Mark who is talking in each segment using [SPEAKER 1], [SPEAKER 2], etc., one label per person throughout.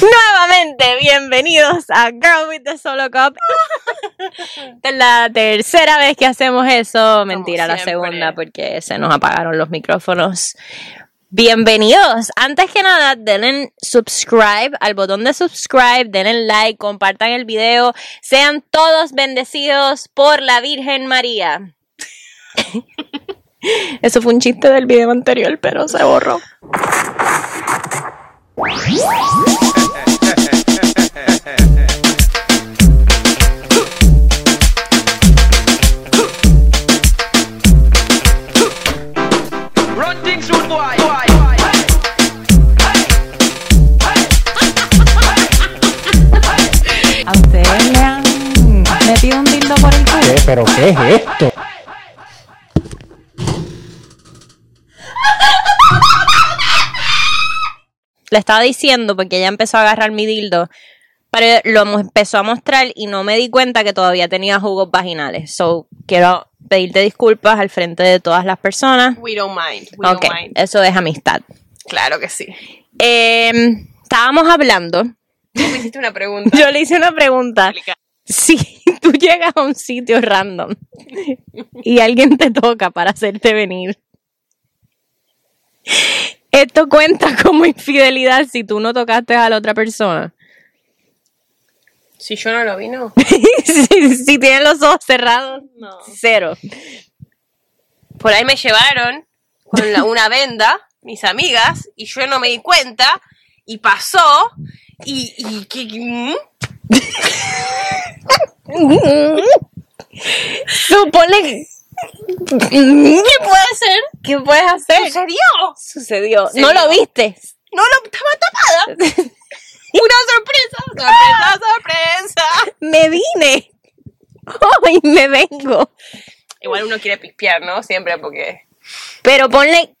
[SPEAKER 1] Nuevamente, bienvenidos a Girl with the Solo Cup. la tercera vez que hacemos eso, mentira, la
[SPEAKER 2] siempre.
[SPEAKER 1] segunda, porque se nos apagaron los micrófonos. Bienvenidos. Antes que nada, denle subscribe al botón de subscribe, denle like, compartan el video. Sean todos bendecidos por la Virgen María. Eso fue un chiste del video anterior, pero se borró.
[SPEAKER 3] Run things through twice. twice.
[SPEAKER 2] ¿A ustedes le han metido un dildo por el culo?
[SPEAKER 4] ¿Qué? ¿Pero qué es esto?
[SPEAKER 1] le estaba diciendo porque ella empezó a agarrar mi dildo, pero lo mo- empezó a mostrar y no me di cuenta que todavía tenía jugos vaginales. So, quiero pedirte disculpas al frente de todas las personas.
[SPEAKER 2] We don't mind. We
[SPEAKER 1] Ok,
[SPEAKER 2] don't mind.
[SPEAKER 1] eso es amistad.
[SPEAKER 2] Claro que sí.
[SPEAKER 1] Em, estábamos hablando.
[SPEAKER 2] Tú me hiciste una pregunta.
[SPEAKER 1] Yo le hice una pregunta. Si tú llegas a un sitio random y alguien te toca para hacerte venir, esto cuenta como infidelidad si tú no tocaste a la otra persona.
[SPEAKER 2] Si yo no lo vi, no.
[SPEAKER 1] si, si tienen los ojos cerrados,
[SPEAKER 2] No.
[SPEAKER 1] cero.
[SPEAKER 2] Por ahí me llevaron con la- una venda, mis amigas, y yo no me di cuenta, y pasó, y... y que, que- mm.
[SPEAKER 1] Supone ¿Qué puede ser? ¿Qué puedes hacer?
[SPEAKER 2] ¿Sucedió?
[SPEAKER 1] Sucedió.
[SPEAKER 2] No lo
[SPEAKER 1] viste.
[SPEAKER 2] No, lo estaba tapada.
[SPEAKER 1] Una sorpresa.
[SPEAKER 2] Sorpresa, sorpresa.
[SPEAKER 1] Me vine. Hoy me vengo.
[SPEAKER 2] Igual uno quiere pispear, ¿no? Siempre porque...
[SPEAKER 1] Pero ponle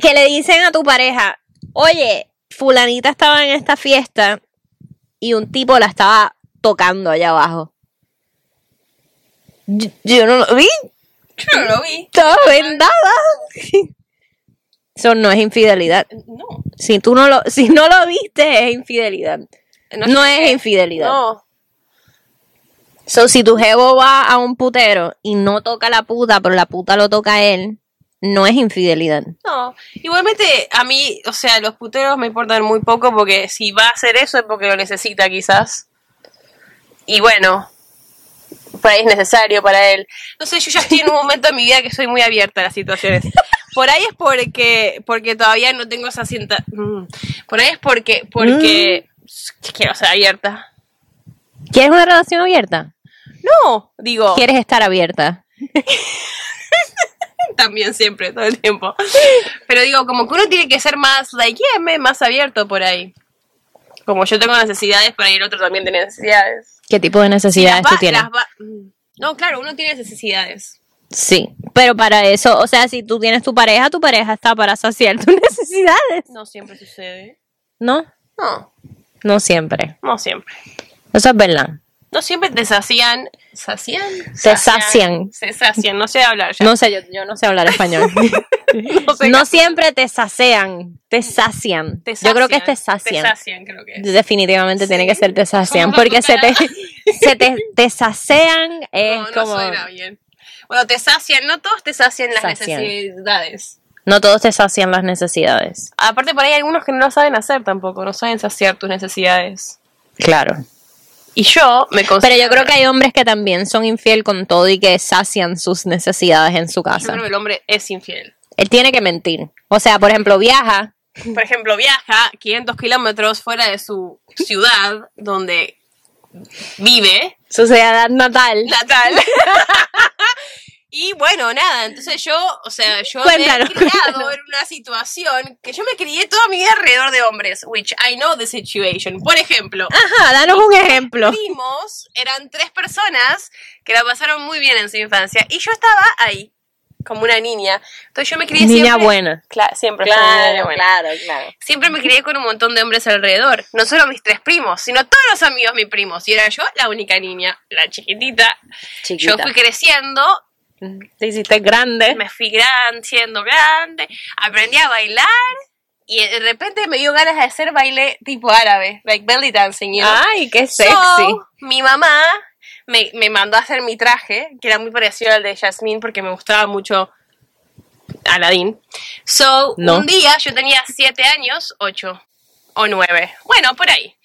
[SPEAKER 1] que le dicen a tu pareja, oye, fulanita estaba en esta fiesta y un tipo la estaba tocando allá abajo. Yo, yo no lo vi,
[SPEAKER 2] Yo no lo vi.
[SPEAKER 1] estaba vendada. Eso no es infidelidad.
[SPEAKER 2] No.
[SPEAKER 1] Si tú no lo, si no lo viste, es infidelidad. No, es infidelidad.
[SPEAKER 2] No.
[SPEAKER 1] So, si tu jevo va a un putero y no toca a la puta, pero la puta lo toca a él, no es infidelidad.
[SPEAKER 2] No, igualmente a mí, o sea, los puteros me importan muy poco porque si va a hacer eso es porque lo necesita quizás. Y bueno, por ahí es necesario para él. No sé, yo ya estoy en un momento en mi vida que soy muy abierta a las situaciones. Por ahí es porque porque todavía no tengo esa cinta. mm. Por ahí es porque porque quiero ser abierta.
[SPEAKER 1] ¿Quieres una relación abierta?
[SPEAKER 2] No, digo,
[SPEAKER 1] ¿Quieres estar abierta?
[SPEAKER 2] también siempre todo el tiempo. Pero digo, como que uno tiene que ser más like yeah, man, más abierto por ahí. Como yo tengo necesidades, por ahí el otro también tiene necesidades.
[SPEAKER 1] ¿Qué tipo de necesidades
[SPEAKER 2] Las
[SPEAKER 1] tú
[SPEAKER 2] va-
[SPEAKER 1] tienes?
[SPEAKER 2] las va- mm. No, claro, uno tiene necesidades.
[SPEAKER 1] Sí, pero para eso, o sea, si tú tienes tu pareja, tu pareja está para saciar tus necesidades,
[SPEAKER 2] No siempre sucede.
[SPEAKER 1] ¿no?
[SPEAKER 2] No,
[SPEAKER 1] No siempre.
[SPEAKER 2] no siempre.
[SPEAKER 1] Eso es verdad.
[SPEAKER 2] No siempre te sacían. ¿Sacían?
[SPEAKER 1] Se sacian.
[SPEAKER 2] Se sacian, no sé hablar ya.
[SPEAKER 1] No sé, yo, yo no sé hablar español.
[SPEAKER 2] No sé
[SPEAKER 1] no
[SPEAKER 2] qué-
[SPEAKER 1] siempre te sacian, te sacian.
[SPEAKER 2] te
[SPEAKER 1] Yo creo que es te
[SPEAKER 2] sacian,
[SPEAKER 1] sacian.
[SPEAKER 2] Te sacian, creo que es.
[SPEAKER 1] Definitivamente tiene que ser te sacian,
[SPEAKER 2] Como la
[SPEAKER 1] porque se te,
[SPEAKER 2] cucaracha.
[SPEAKER 1] se te, te sacian es
[SPEAKER 2] no, no
[SPEAKER 1] como...
[SPEAKER 2] suena bien. Bueno, te sacian, no todos te sacian las
[SPEAKER 1] Sacian.
[SPEAKER 2] necesidades.
[SPEAKER 1] No todos te sacian las necesidades.
[SPEAKER 2] Aparte por ahí hay algunos que no lo saben hacer tampoco, no saben saciar tus necesidades.
[SPEAKER 1] Claro.
[SPEAKER 2] Y yo me
[SPEAKER 1] Pero
[SPEAKER 2] considero...
[SPEAKER 1] yo creo que hay hombres que también son infiel con todo y que sacian sus necesidades en su
[SPEAKER 2] Yo
[SPEAKER 1] casa.
[SPEAKER 2] creo que el hombre es infiel.
[SPEAKER 1] Él tiene que mentir. O sea, por ejemplo, viaja.
[SPEAKER 2] Por ejemplo, viaja 500 kilómetros fuera de su ciudad donde vive,
[SPEAKER 1] Su ciudad natal.
[SPEAKER 2] natal. y bueno, nada, entonces yo, o sea, yo
[SPEAKER 1] Cuéntanos,
[SPEAKER 2] me he criado
[SPEAKER 1] cuéntanos.
[SPEAKER 2] en una situación que yo me crié toda mi vida alrededor de hombres, which I know the situation. Por ejemplo,
[SPEAKER 1] Ajá, danos un ejemplo.
[SPEAKER 2] primos eran tres personas que la pasaron muy bien en su infancia y yo estaba ahí como una niña. Entonces yo me crié
[SPEAKER 1] Niña
[SPEAKER 2] siempre-
[SPEAKER 1] buena.
[SPEAKER 2] Cla- siempre fui una niña buena.
[SPEAKER 1] claro.
[SPEAKER 2] Siempre me crié con un montón de hombres alrededor, no solo mis tres primos, sino todos los amigos mis primos y era yo la única niña, la chiquitita.
[SPEAKER 1] Chiquita.
[SPEAKER 2] Yo fui creciendo,
[SPEAKER 1] Te hiciste grande.
[SPEAKER 2] me fui gran, siendo grande, aprendí a bailar y de repente me dio ganas de hacer baile tipo árabe, like belly dancing, you know?
[SPEAKER 1] Ay, qué
[SPEAKER 2] So,
[SPEAKER 1] sexy.
[SPEAKER 2] mi mamá me, me mandó a hacer mi traje, que era muy parecido al de Jasmine porque me gustaba mucho Aladdin. So,
[SPEAKER 1] No.
[SPEAKER 2] un día yo tenía 7 años, 8 o 9, bueno, por ahí.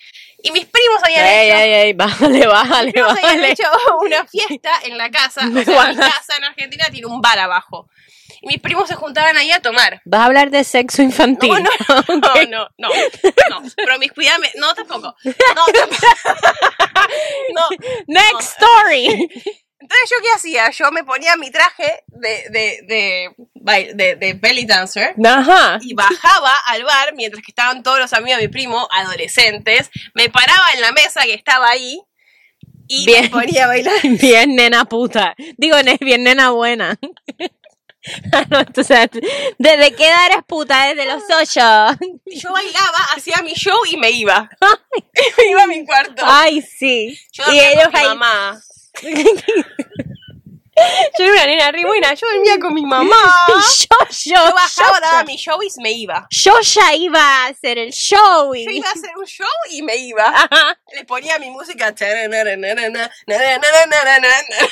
[SPEAKER 2] Y mis primos habían
[SPEAKER 1] Ey,
[SPEAKER 2] hecho...
[SPEAKER 1] ey, ey, bájale, bájale,
[SPEAKER 2] Nos habían
[SPEAKER 1] bájale.
[SPEAKER 2] hecho una fiesta en la casa. O sea, mi
[SPEAKER 1] Guarda.
[SPEAKER 2] casa en Argentina tiene un bar abajo. Y mis primos se juntaban ahí a tomar.
[SPEAKER 1] Vas a hablar de sexo infantil.
[SPEAKER 2] No, no, no,
[SPEAKER 1] Ok.
[SPEAKER 2] no, no, no. Promiscuidad me- no, tampoco. No, tampoco. No.
[SPEAKER 1] Next story.
[SPEAKER 2] Entonces, ¿yo qué hacía? Yo me ponía mi traje de, de, de, bail- de, de belly dancer
[SPEAKER 1] Ajá.
[SPEAKER 2] y bajaba al bar mientras que estaban todos los amigos de mi primo, adolescentes. Me paraba en la mesa que estaba ahí y me
[SPEAKER 1] Bien.
[SPEAKER 2] ponía a bailar.
[SPEAKER 1] Bien, nena puta. Digo, ne- bien, nena buena. Ah, no, tú sabes, ¿Desde qué edad eres puta? Desde los ocho.
[SPEAKER 2] yo bailaba, hacía mi show y me iba. Y me iba a mi cuarto.
[SPEAKER 1] Ay, sí.
[SPEAKER 2] yo dormía con mi
[SPEAKER 1] ahí-
[SPEAKER 2] mamá.
[SPEAKER 1] Yo era una nena ribuena. Yo dormía con mi
[SPEAKER 2] Mamá.
[SPEAKER 1] Yo, yo,
[SPEAKER 2] Yo bajaba, daba
[SPEAKER 1] yo,
[SPEAKER 2] mi show y me iba.
[SPEAKER 1] yo ya iba a hacer el show.
[SPEAKER 2] Yo
[SPEAKER 1] Y...
[SPEAKER 2] iba a hacer un show y me iba.
[SPEAKER 1] Ajá.
[SPEAKER 2] Le ponía mi música. tararararana, nararararana.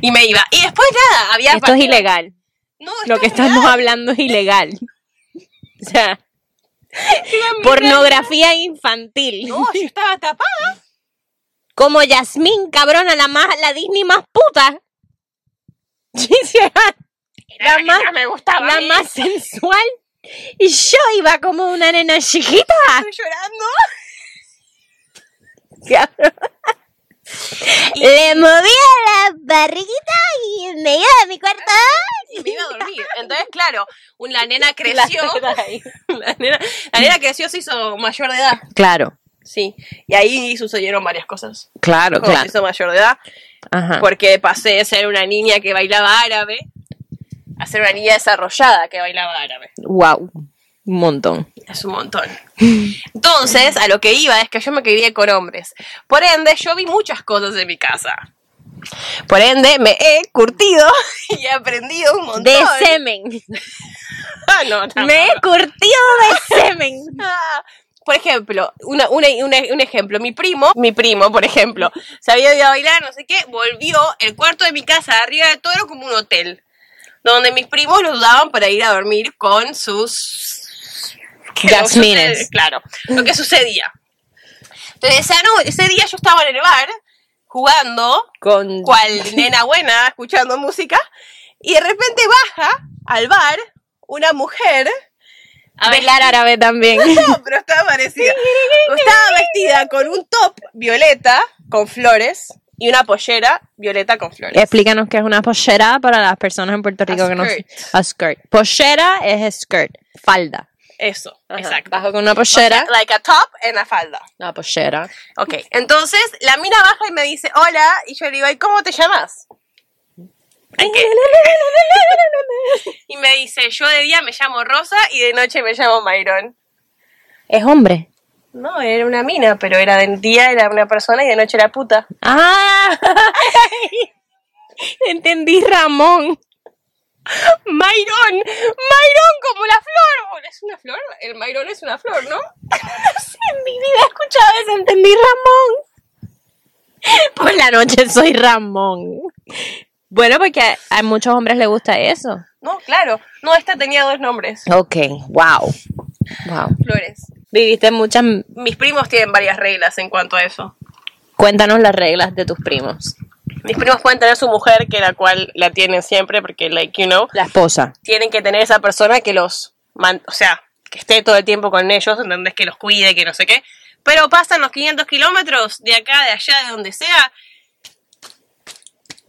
[SPEAKER 2] Y me iba. Y después nada, había
[SPEAKER 1] Esto es
[SPEAKER 2] partido-
[SPEAKER 1] ilegal.
[SPEAKER 2] No,
[SPEAKER 1] Lo
[SPEAKER 2] esto
[SPEAKER 1] que
[SPEAKER 2] es
[SPEAKER 1] estamos
[SPEAKER 2] real.
[SPEAKER 1] hablando es ilegal. O sea,
[SPEAKER 2] Era muy
[SPEAKER 1] pornografía infantil.
[SPEAKER 2] real. No, yo estaba tapada.
[SPEAKER 1] Como Yasmín, cabrona, la más, la Disney más puta. Sí, sí, ajá. La
[SPEAKER 2] que
[SPEAKER 1] más-
[SPEAKER 2] más me gustaba. a
[SPEAKER 1] la
[SPEAKER 2] mí.
[SPEAKER 1] más sensual. Y yo iba como una nena chiquita.
[SPEAKER 2] Estoy llorando.
[SPEAKER 1] Cabrón. Le movía la barriguita y me iba a mi cuarto.
[SPEAKER 2] Y me iba a dormir. Entonces, claro, un- la nena creció. La nena, la nena creció, se hizo mayor de edad.
[SPEAKER 1] Claro,
[SPEAKER 2] Sí. Y ahí sucedieron varias cosas.
[SPEAKER 1] claro,
[SPEAKER 2] Cuando Se hizo mayor de edad,
[SPEAKER 1] Ajá.
[SPEAKER 2] porque pasé de ser una niña que bailaba árabe a ser una niña desarrollada que bailaba árabe.
[SPEAKER 1] Wow, un montón.
[SPEAKER 2] Es un montón. Entonces, a lo que iba es que yo me quería con hombres. Por ende, yo vi muchas cosas en mi casa. Por ende, me he curtido y he aprendido un montón.
[SPEAKER 1] De semen.
[SPEAKER 2] Ah, no, tampoco.
[SPEAKER 1] Me he curtido de semen.
[SPEAKER 2] Ah, Por ejemplo, una- una- una- un ejemplo, mi primo, mi primo, por ejemplo, se había ido a bailar, no sé qué, volvió el cuarto de mi casa, arriba de todo, era como un hotel, donde mis primos lo usaban para ir a dormir con sus...
[SPEAKER 1] Jasmines.
[SPEAKER 2] Lo que sucede- Claro, lo que sucedía. Entonces, esa no- ese día yo estaba en el bar, jugando,
[SPEAKER 1] Con
[SPEAKER 2] cual nena buena escuchando música y de repente baja al bar una mujer a
[SPEAKER 1] bailar árabe también.
[SPEAKER 2] No, pero estaba parecida. Estaba vestida con un top violeta con flores y una pollera violeta con flores.
[SPEAKER 1] Explícanos qué es una pochera para las personas en Puerto Rico
[SPEAKER 2] A
[SPEAKER 1] que no
[SPEAKER 2] skirt.
[SPEAKER 1] A skirt. Pochera es skirt, falda.
[SPEAKER 2] Eso,
[SPEAKER 1] Ajá,
[SPEAKER 2] exacto.
[SPEAKER 1] Bajo con una pochera.
[SPEAKER 2] Like a top en la falda.
[SPEAKER 1] Una pochera.
[SPEAKER 2] Ok, entonces la mina baja y me dice hola y yo le digo, ¿y cómo te llamas? Ay, ¿qué? Y me dice, yo de día me llamo Rosa y de noche me llamo Mayron.
[SPEAKER 1] Es hombre.
[SPEAKER 2] No, era una mina, pero era de día era una persona y de noche era puta.
[SPEAKER 1] Ah. Entendí, Ramón.
[SPEAKER 2] ¡Mairón! ¡Mairón como la flor! Bueno, ¿Es una flor? El Mairón es una flor, ¿no?
[SPEAKER 1] En mi vida he escuchado eso, entendí Ramón. Por la noche soy Ramón. Bueno, porque a, a muchos hombres les gusta eso.
[SPEAKER 2] No, claro. No, esta tenía dos nombres.
[SPEAKER 1] Ok, wow. Wow.
[SPEAKER 2] Flores.
[SPEAKER 1] Viviste muchas.
[SPEAKER 2] Mis primos tienen varias reglas en cuanto a eso.
[SPEAKER 1] Cuéntanos las reglas de tus primos.
[SPEAKER 2] Mis primos pueden tener su mujer, que la cual la tienen siempre, porque, like, you know,
[SPEAKER 1] La esposa.
[SPEAKER 2] tienen que tener esa persona que los... man- o sea, que esté todo el tiempo con ellos, ¿entendés? Que los cuide, que no sé qué. Pero pasan los 500 kilómetros de acá, de allá, de donde sea.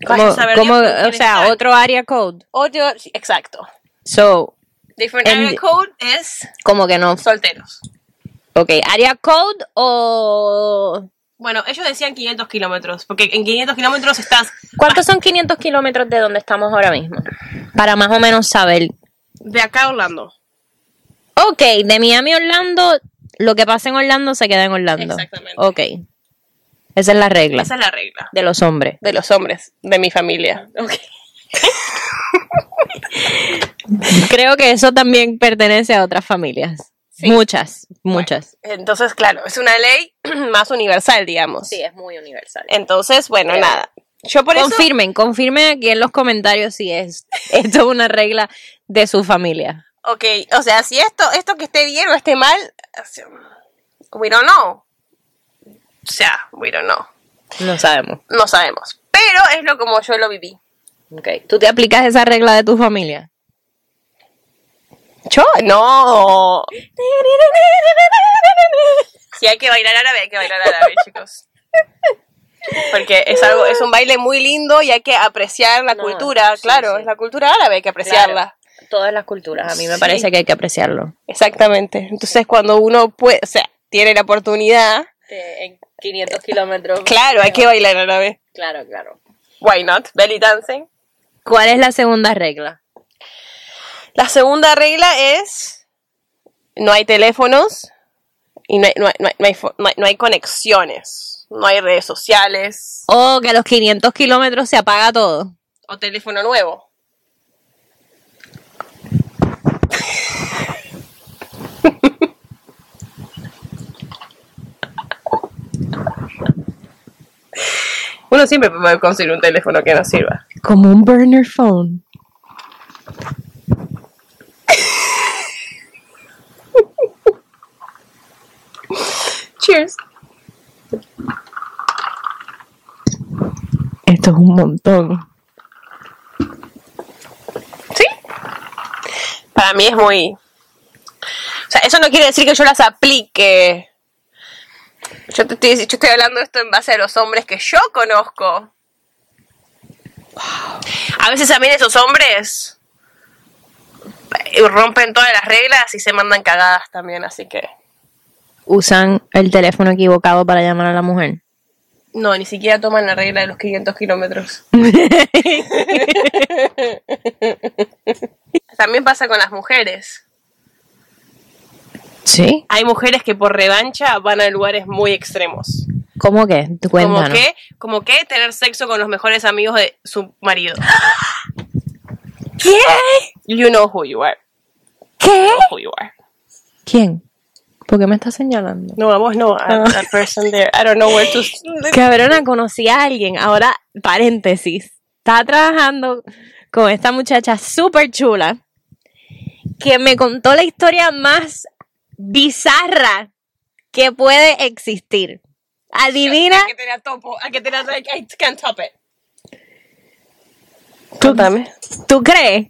[SPEAKER 2] Vaya a
[SPEAKER 1] Como,
[SPEAKER 2] saber
[SPEAKER 1] como,
[SPEAKER 2] Dios con
[SPEAKER 1] o
[SPEAKER 2] quién
[SPEAKER 1] sea,
[SPEAKER 2] están.
[SPEAKER 1] otro área code.
[SPEAKER 2] Otro- sí, exacto.
[SPEAKER 1] So,
[SPEAKER 2] Different
[SPEAKER 1] And-
[SPEAKER 2] area code es
[SPEAKER 1] como que no.
[SPEAKER 2] solteros.
[SPEAKER 1] Ok, área code o.
[SPEAKER 2] Bueno, ellos decían 500 kilómetros, porque en 500 kilómetros estás...
[SPEAKER 1] ¿Cuántos son 500 kilómetros de donde estamos ahora mismo? Para más o menos saber.
[SPEAKER 2] De acá a Orlando.
[SPEAKER 1] Ok, de Miami a Orlando, lo que pasa en Orlando se queda en Orlando.
[SPEAKER 2] Exactamente.
[SPEAKER 1] Ok. Esa es la regla
[SPEAKER 2] Esa es la regla.
[SPEAKER 1] de los hombres.
[SPEAKER 2] De los hombres, de mi familia.
[SPEAKER 1] Creo que eso también pertenece a otras familias. Muchas, muchas.
[SPEAKER 2] Entonces, claro, es una ley más universal, digamos.
[SPEAKER 1] es muy universal.
[SPEAKER 2] Entonces, bueno, nada. Yo por eso...
[SPEAKER 1] confirmen, confirmen aquí en los comentarios si es esto es una regla de su familia.
[SPEAKER 2] Ok, o sea, si esto, esto que esté bien o esté mal, we don't know. O sea, we don't know.
[SPEAKER 1] No sabemos.
[SPEAKER 2] No sabemos. Pero es lo como yo lo viví.
[SPEAKER 1] ¿Tú te aplicas esa regla de tu familia?
[SPEAKER 2] ¿Yo? No. Si hay que bailar árabe, hay que bailar árabe, chicos. Porque es algo, es un baile muy lindo y hay que apreciar la
[SPEAKER 1] No,
[SPEAKER 2] cultura,
[SPEAKER 1] sí,
[SPEAKER 2] claro,
[SPEAKER 1] sí.
[SPEAKER 2] es la cultura árabe, hay que apreciarla.
[SPEAKER 1] Todas las culturas, a mí me
[SPEAKER 2] Sí.
[SPEAKER 1] parece que hay que apreciarlo.
[SPEAKER 2] Exactamente. Entonces cuando uno puede, o sea, tiene la oportunidad,
[SPEAKER 1] En 500 kilómetros.
[SPEAKER 2] claro, hay que bailar árabe.
[SPEAKER 1] Claro, claro.
[SPEAKER 2] Why not? Belly dancing.
[SPEAKER 1] ¿Cuál es la segunda regla?
[SPEAKER 2] La segunda regla es no hay teléfonos y no hay, no hay- no hay- no hay fo- no hay- no hay conexiones, no hay redes sociales
[SPEAKER 1] O Oh, que a los 500 kilómetros se apaga todo.
[SPEAKER 2] o teléfono nuevo. Uno siempre puede conseguir un teléfono que nos sirva.
[SPEAKER 1] Como un burner phone.
[SPEAKER 2] Cheers.
[SPEAKER 1] Esto es un montón.
[SPEAKER 2] Sí. Para mí es muy. O sea, eso no quiere decir que yo las aplique. Yo te estoy, yo estoy hablando de esto en base a los hombres que yo conozco. A veces también esos hombres eh, rompen todas las reglas y se mandan cagadas también, así que.
[SPEAKER 1] Usan el teléfono equivocado para llamar a la mujer.
[SPEAKER 2] No, ni siquiera toman la regla de los 500 kilómetros. También pasa con las mujeres.
[SPEAKER 1] ¿Sí?
[SPEAKER 2] hay mujeres que por revancha van a lugares muy extremos.
[SPEAKER 1] ¿Cómo que? Tú
[SPEAKER 2] Como
[SPEAKER 1] Cuéntanos.
[SPEAKER 2] que, como que tener sexo con los mejores amigos de su marido.
[SPEAKER 1] ¿Qué?
[SPEAKER 2] You know who you are.
[SPEAKER 1] ¿Qué?
[SPEAKER 2] You know who you are.
[SPEAKER 1] ¿Quién? ¿Por qué me estás señalando?
[SPEAKER 2] No, a vos no. A,
[SPEAKER 1] Ah.
[SPEAKER 2] a person there. I don't know where to.
[SPEAKER 1] Cabrona, conocí a alguien. Ahora, paréntesis. Estaba trabajando con esta muchacha súper chula que me contó la historia más bizarra que puede existir. Adivina.
[SPEAKER 2] I que te la topo. I que te la like, I can't top it.
[SPEAKER 1] ¿Tú, ¿Tú crees?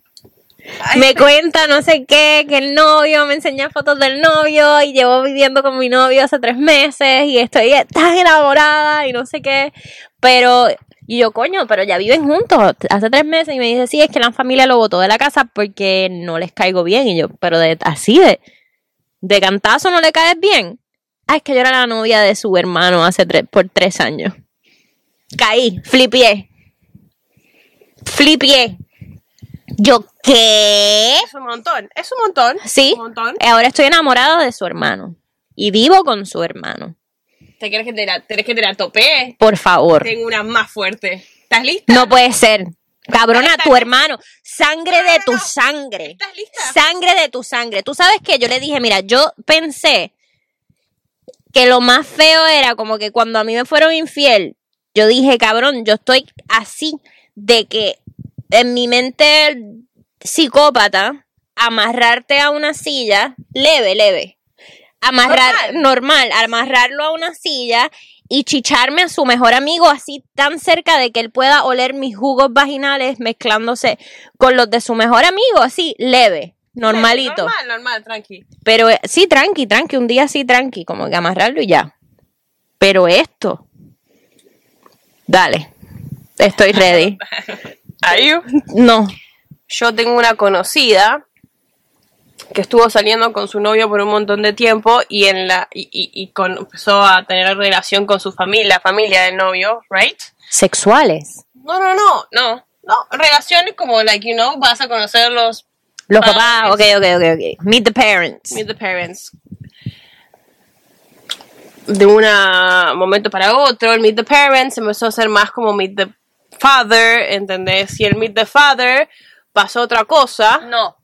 [SPEAKER 1] me cuenta no sé qué, que el novio, me enseña fotos del novio y llevo viviendo con mi novio hace tres meses y estoy tan enamorada y no sé qué, pero y yo coño, pero ya viven juntos hace tres meses y me dice, sí, es que la familia lo botó de la casa porque no les caigo bien y yo, pero de, así de, de cantazo no le caes bien. Ah, es que yo era la novia de su hermano hace tres, por tres años. Caí, flipié. Flipié. Yo, ¿qué?
[SPEAKER 2] Es un montón. Es un montón.
[SPEAKER 1] Sí.
[SPEAKER 2] Un montón.
[SPEAKER 1] Ahora estoy enamorada de su hermano. Y vivo con su hermano.
[SPEAKER 2] ¿Te quieres que te la, querés que te la tope?
[SPEAKER 1] Por favor.
[SPEAKER 2] Tengo una más fuerte. ¿Estás lista?
[SPEAKER 1] No puede ser. Cabrona, tu hermano. Sangre
[SPEAKER 2] No, no,
[SPEAKER 1] de tu
[SPEAKER 2] no.
[SPEAKER 1] sangre.
[SPEAKER 2] ¿Estás lista?
[SPEAKER 1] Sangre de tu sangre. Tú sabes que yo le dije, mira, yo pensé que lo más feo era como que cuando a mí me fueron infiel, yo dije, cabrón, yo estoy así de que en mi mente psicópata, amarrarte a una silla, leve, leve. Amarrar, normal, amarrarlo a una silla y chicharme a su mejor amigo así tan cerca de que él pueda oler mis jugos vaginales mezclándose con los de su mejor amigo, así leve, normalito.
[SPEAKER 2] Normal, normal, tranqui.
[SPEAKER 1] Pero eh, sí, tranqui, tranqui, un día sí, tranqui, como que amarrarlo y ya. Pero esto, dale, estoy ready.
[SPEAKER 2] Are you?
[SPEAKER 1] No,
[SPEAKER 2] yo tengo una conocida que estuvo saliendo con su novio por un montón de tiempo y en la y, y- y con- empezó a tener relación con su familia, la familia del novio, right?
[SPEAKER 1] sexuales.
[SPEAKER 2] No, no, no, no, no, relaciones como like you know, vas a conocerlos,
[SPEAKER 1] Los
[SPEAKER 2] Padres.
[SPEAKER 1] papás, Ah, ok, ok, ok, ok. Meet the parents.
[SPEAKER 2] meet the parents. De un momento para otro, el meet the parents empezó a ser más como meet the father, ¿entendés? Y el meet the father pasó otra cosa.
[SPEAKER 1] No.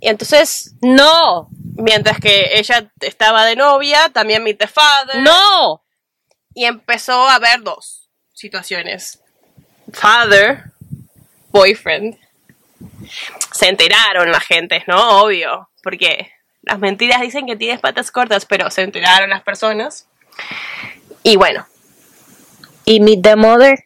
[SPEAKER 2] Y entonces,
[SPEAKER 1] No.
[SPEAKER 2] mientras que ella estaba de novia, también Meet the
[SPEAKER 1] Eh.
[SPEAKER 2] Father.
[SPEAKER 1] No.
[SPEAKER 2] Y empezó a ver dos situaciones. Father, boyfriend. Se enteraron las gentes, ¿no? Obvio. Porque las mentiras dicen que tienes patas cortas, pero se enteraron las personas. Y bueno,
[SPEAKER 1] ¿Y Meet the Mother?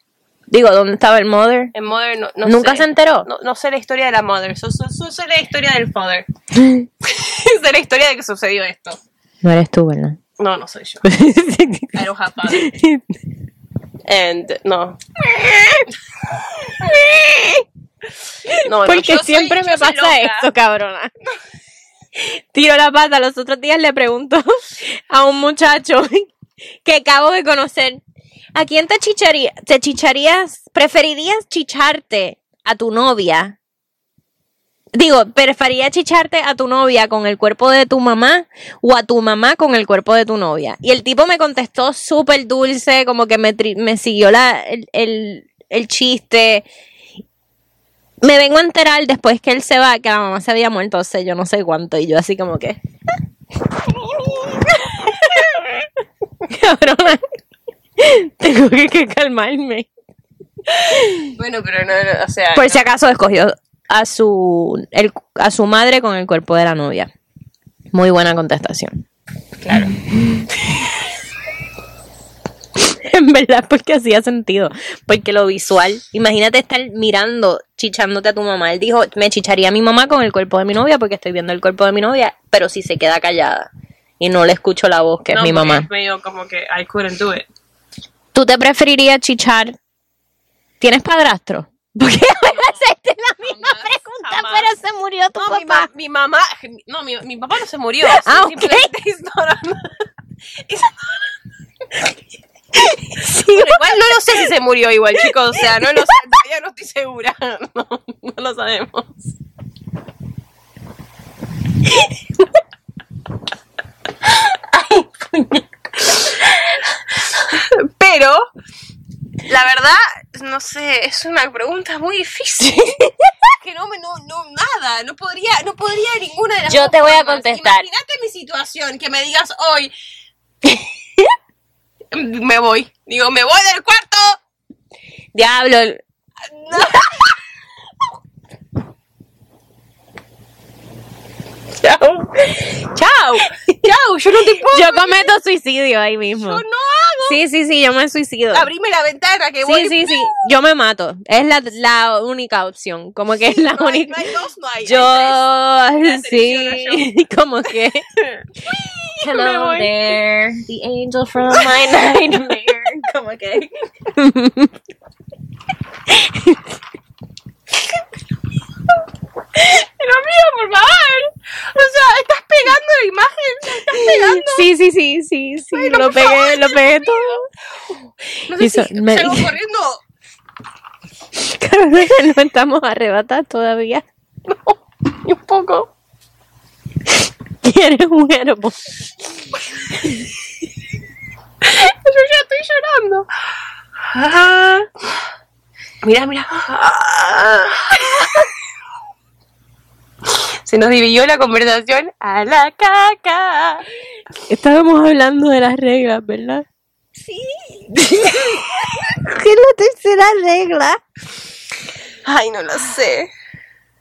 [SPEAKER 1] Digo, ¿dónde estaba el Mother?
[SPEAKER 2] en Mother no, no
[SPEAKER 1] ¿Nunca
[SPEAKER 2] sé.
[SPEAKER 1] se enteró?
[SPEAKER 2] No, no sé la historia de la Mother, so- so- so- sé la historia del Father. sé la historia de que sucedió esto.
[SPEAKER 1] No eres tú, ¿verdad?
[SPEAKER 2] No, no soy yo. I don't have father. And, no. No, no, yo
[SPEAKER 1] Porque
[SPEAKER 2] soy-
[SPEAKER 1] siempre
[SPEAKER 2] yo
[SPEAKER 1] me
[SPEAKER 2] soy
[SPEAKER 1] pasa
[SPEAKER 2] loca.
[SPEAKER 1] esto, cabrona. Tiro la pata. Los otros días le pregunto a un muchacho que acabo de conocer. ¿A quién te chicharía, te chicharías? ¿Preferirías chicharte a tu novia? Digo, ¿preferirías chicharte a tu novia con el cuerpo de tu mamá o a tu mamá con el cuerpo de tu novia? Y el tipo me contestó súper dulce, como que me, tri- me siguió la, el, el- el chiste. Me vengo a enterar después que él se va, que la mamá se había muerto hace yo no sé cuánto, y yo así como que. Cabrona. Tengo que, que calmarme.
[SPEAKER 2] Bueno, pero no, no, o sea.
[SPEAKER 1] Por si acaso escogió a su, el- a su madre con el cuerpo de la novia. Muy buena contestación.
[SPEAKER 2] Claro.
[SPEAKER 1] En verdad, porque hacía sentido. Porque lo visual. Imagínate estar mirando, chichándote a tu mamá. Él dijo: Me chicharía a mi mamá con el cuerpo de mi novia porque estoy viendo el cuerpo de mi novia. Pero si se queda callada y no le escucho la voz, que
[SPEAKER 2] No,
[SPEAKER 1] es mi
[SPEAKER 2] porque
[SPEAKER 1] mamá.
[SPEAKER 2] Es medio como que I couldn't do it.
[SPEAKER 1] ¿Tú te preferirías chichar? ¿Tienes padrastro? Porque hacerte la misma
[SPEAKER 2] Jamás,
[SPEAKER 1] pregunta,
[SPEAKER 2] jamás.
[SPEAKER 1] pero se murió tu
[SPEAKER 2] No, mi,
[SPEAKER 1] papá.
[SPEAKER 2] ma- mi mamá. No, mi, mi papá no se murió.
[SPEAKER 1] Ah,
[SPEAKER 2] sí, simplemente ignorando.
[SPEAKER 1] Sí.
[SPEAKER 2] Pero igual no lo sé si se murió igual, chicos. O sea, no lo sé, todavía no estoy segura. No, no lo sabemos. Pero, la verdad, no sé, es una pregunta muy difícil. que no me, no, no, nada, no podría, no podría de ninguna de las
[SPEAKER 1] Yo
[SPEAKER 2] dos
[SPEAKER 1] te voy a
[SPEAKER 2] formas.
[SPEAKER 1] contestar.
[SPEAKER 2] Imagínate mi situación, que me digas hoy, me voy. Digo, me voy del cuarto.
[SPEAKER 1] Diablo.
[SPEAKER 2] Chao. Chao. Chao. Yo no te puedo.
[SPEAKER 1] Yo cometo suicidio ahí
[SPEAKER 2] yo no
[SPEAKER 1] mismo.
[SPEAKER 2] hago.
[SPEAKER 1] Sí, sí, sí, yo me suicido.
[SPEAKER 2] Abrime la ventana que voy.
[SPEAKER 1] Sí, sí, sí. Yo me mato. Es la, la única opción. Como que es la
[SPEAKER 2] No hay,
[SPEAKER 1] única.
[SPEAKER 2] no hay dos, no hay. hay
[SPEAKER 1] Yo,
[SPEAKER 2] selecciono
[SPEAKER 1] sí, como que.
[SPEAKER 2] tres. Me
[SPEAKER 1] Hello
[SPEAKER 2] voy.
[SPEAKER 1] there, the angel from my nightmare. Como que.
[SPEAKER 2] Pero mío, por favor. O sea, estás pegando la imagen. la Estás pegando.
[SPEAKER 1] Sí, sí, sí, sí, sí.
[SPEAKER 2] Ay, no,
[SPEAKER 1] lo
[SPEAKER 2] por
[SPEAKER 1] pegué,
[SPEAKER 2] favor,
[SPEAKER 1] lo
[SPEAKER 2] Dios
[SPEAKER 1] pegué
[SPEAKER 2] mío.
[SPEAKER 1] todo.
[SPEAKER 2] No sé
[SPEAKER 1] Y so-
[SPEAKER 2] si
[SPEAKER 1] me-
[SPEAKER 2] salgo corriendo.
[SPEAKER 1] Carolina, no estamos arrebatadas todavía.
[SPEAKER 2] Ni un poco.
[SPEAKER 1] ¿Quieres un herbo?
[SPEAKER 2] Yo ya estoy llorando. Ah. Mira, mira. Ah. Se nos dividió la conversación a la caca.
[SPEAKER 1] Estábamos hablando de las reglas, ¿verdad?
[SPEAKER 2] Sí.
[SPEAKER 1] ¿Qué es la tercera regla?
[SPEAKER 2] Ay, no lo sé.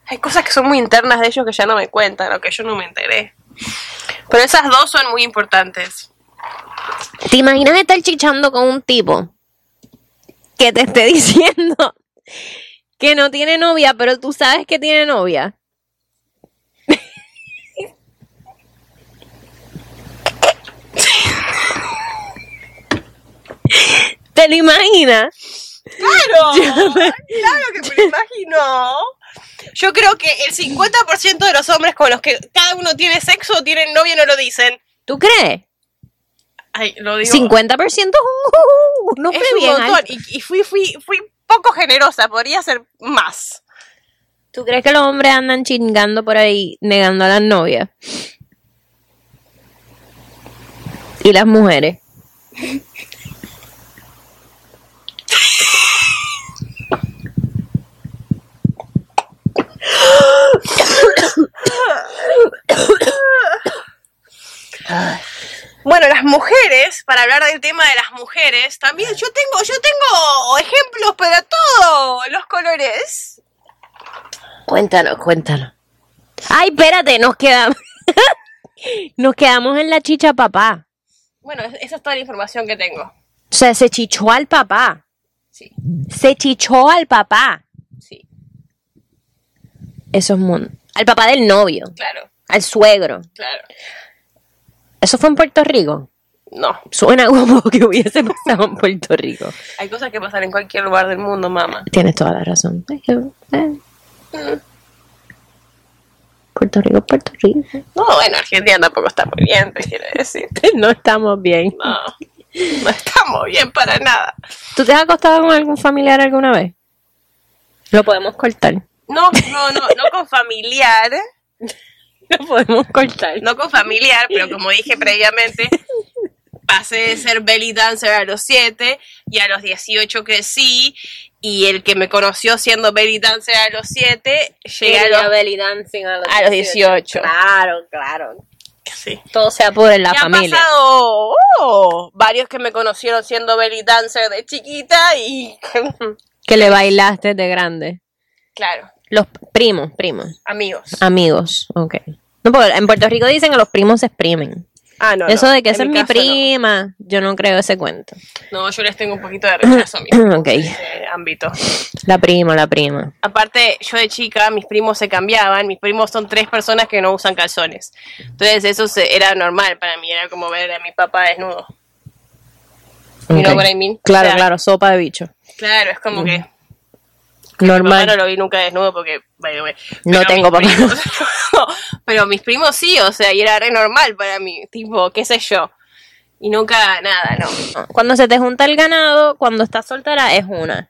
[SPEAKER 2] Hay cosas que son muy internas de ellos que ya no me cuentan o que yo no me enteré. Pero esas dos son muy importantes.
[SPEAKER 1] ¿Te imaginas estar chichando con un tipo que te esté diciendo que no tiene novia, pero tú sabes que tiene novia? ¿Te lo imaginas?
[SPEAKER 2] ¡Claro! ¡Claro que me lo imagino! Yo creo que el 50% de los hombres con los que cada uno tiene sexo o tienen novio no lo dicen.
[SPEAKER 1] ¿Tú crees?
[SPEAKER 2] Ay, lo digo.
[SPEAKER 1] 50% es un, un
[SPEAKER 2] es
[SPEAKER 1] hombre
[SPEAKER 2] un
[SPEAKER 1] uh, bien
[SPEAKER 2] montón.
[SPEAKER 1] alto.
[SPEAKER 2] Y, y fui, fui, fui poco generosa, podría ser más.
[SPEAKER 1] ¿Tú crees que los hombres andan chingando por ahí, negando a las novias? Y las mujeres.
[SPEAKER 2] Bueno, las mujeres, para hablar del tema de las mujeres, también yo tengo, yo tengo ejemplos para todos los colores.
[SPEAKER 1] Cuéntalo, cuéntalo. Ay, espérate, nos quedamos. nos quedamos en la chicha papá.
[SPEAKER 2] Bueno, es- esa es toda la información que tengo.
[SPEAKER 1] O sea, se chichó al papá.
[SPEAKER 2] Sí,
[SPEAKER 1] Se chichó al papá.
[SPEAKER 2] sí,
[SPEAKER 1] Eso es mundo. Al papá del novio.
[SPEAKER 2] claro,
[SPEAKER 1] Al suegro.
[SPEAKER 2] claro.
[SPEAKER 1] Eso fue en Puerto Rico.
[SPEAKER 2] No,
[SPEAKER 1] Suena como que hubiese pasado en Puerto Rico.
[SPEAKER 2] hay cosas que pasan en cualquier lugar del mundo, mamá. Mm.
[SPEAKER 1] Tienes toda la razón. Ay, yo- eh. Puerto Rico, Puerto Rico.
[SPEAKER 2] No, bueno, Argentina tampoco está muy bien, te quiero decir.
[SPEAKER 1] No estamos bien.
[SPEAKER 2] No, no estamos bien para nada.
[SPEAKER 1] ¿Tú te has acostado con algún familiar alguna vez? Lo podemos cortar.
[SPEAKER 2] No, no, no, no con familiar,
[SPEAKER 1] Lo podemos cortar.
[SPEAKER 2] no con familiar, pero como dije previamente, pasé de ser belly dancer a los 7 y a los 18 crecí y el que me conoció siendo belly dancer a los 7 llegué a los,
[SPEAKER 1] dancing a los,
[SPEAKER 2] a los 18.
[SPEAKER 1] Claro, claro.
[SPEAKER 2] Sí.
[SPEAKER 1] Todo sea por la
[SPEAKER 2] Ya han
[SPEAKER 1] familia.
[SPEAKER 2] pasado oh, varios que me conocieron siendo belly dancer de chiquita y
[SPEAKER 1] Que le bailaste de grande.
[SPEAKER 2] claro,
[SPEAKER 1] Los primos, primos.
[SPEAKER 2] amigos.
[SPEAKER 1] Amigos, ok. No, porque en Puerto Rico dicen que los primos se exprimen.
[SPEAKER 2] Ah, no.
[SPEAKER 1] Eso
[SPEAKER 2] no,
[SPEAKER 1] de que
[SPEAKER 2] en
[SPEAKER 1] esa es mi
[SPEAKER 2] caso no.
[SPEAKER 1] prima, yo no creo ese cuento.
[SPEAKER 2] No, yo les tengo un poquito de rechazo a mí.
[SPEAKER 1] Ok.
[SPEAKER 2] ámbito.
[SPEAKER 1] La prima, la prima.
[SPEAKER 2] Aparte, yo de chica, mis primos se cambiaban. Mis primos son tres personas que no usan calzones. Entonces, eso se- era normal para mí. Era como ver a mi papá desnudo. You know
[SPEAKER 1] Ok.
[SPEAKER 2] what I mean?
[SPEAKER 1] Claro,
[SPEAKER 2] O sea,
[SPEAKER 1] claro, sopa de bicho.
[SPEAKER 2] Claro, es como que. mi papá
[SPEAKER 1] Mm, Normal.
[SPEAKER 2] no lo vi nunca desnudo porque. by the way,
[SPEAKER 1] No
[SPEAKER 2] pero
[SPEAKER 1] tengo papá.
[SPEAKER 2] mis primos- pero mis primos sí, o sea, y era re normal para mí. Tipo, qué sé yo. Y nunca, nada, no.
[SPEAKER 1] Cuando se te junta el ganado, cuando estás soltera, es una.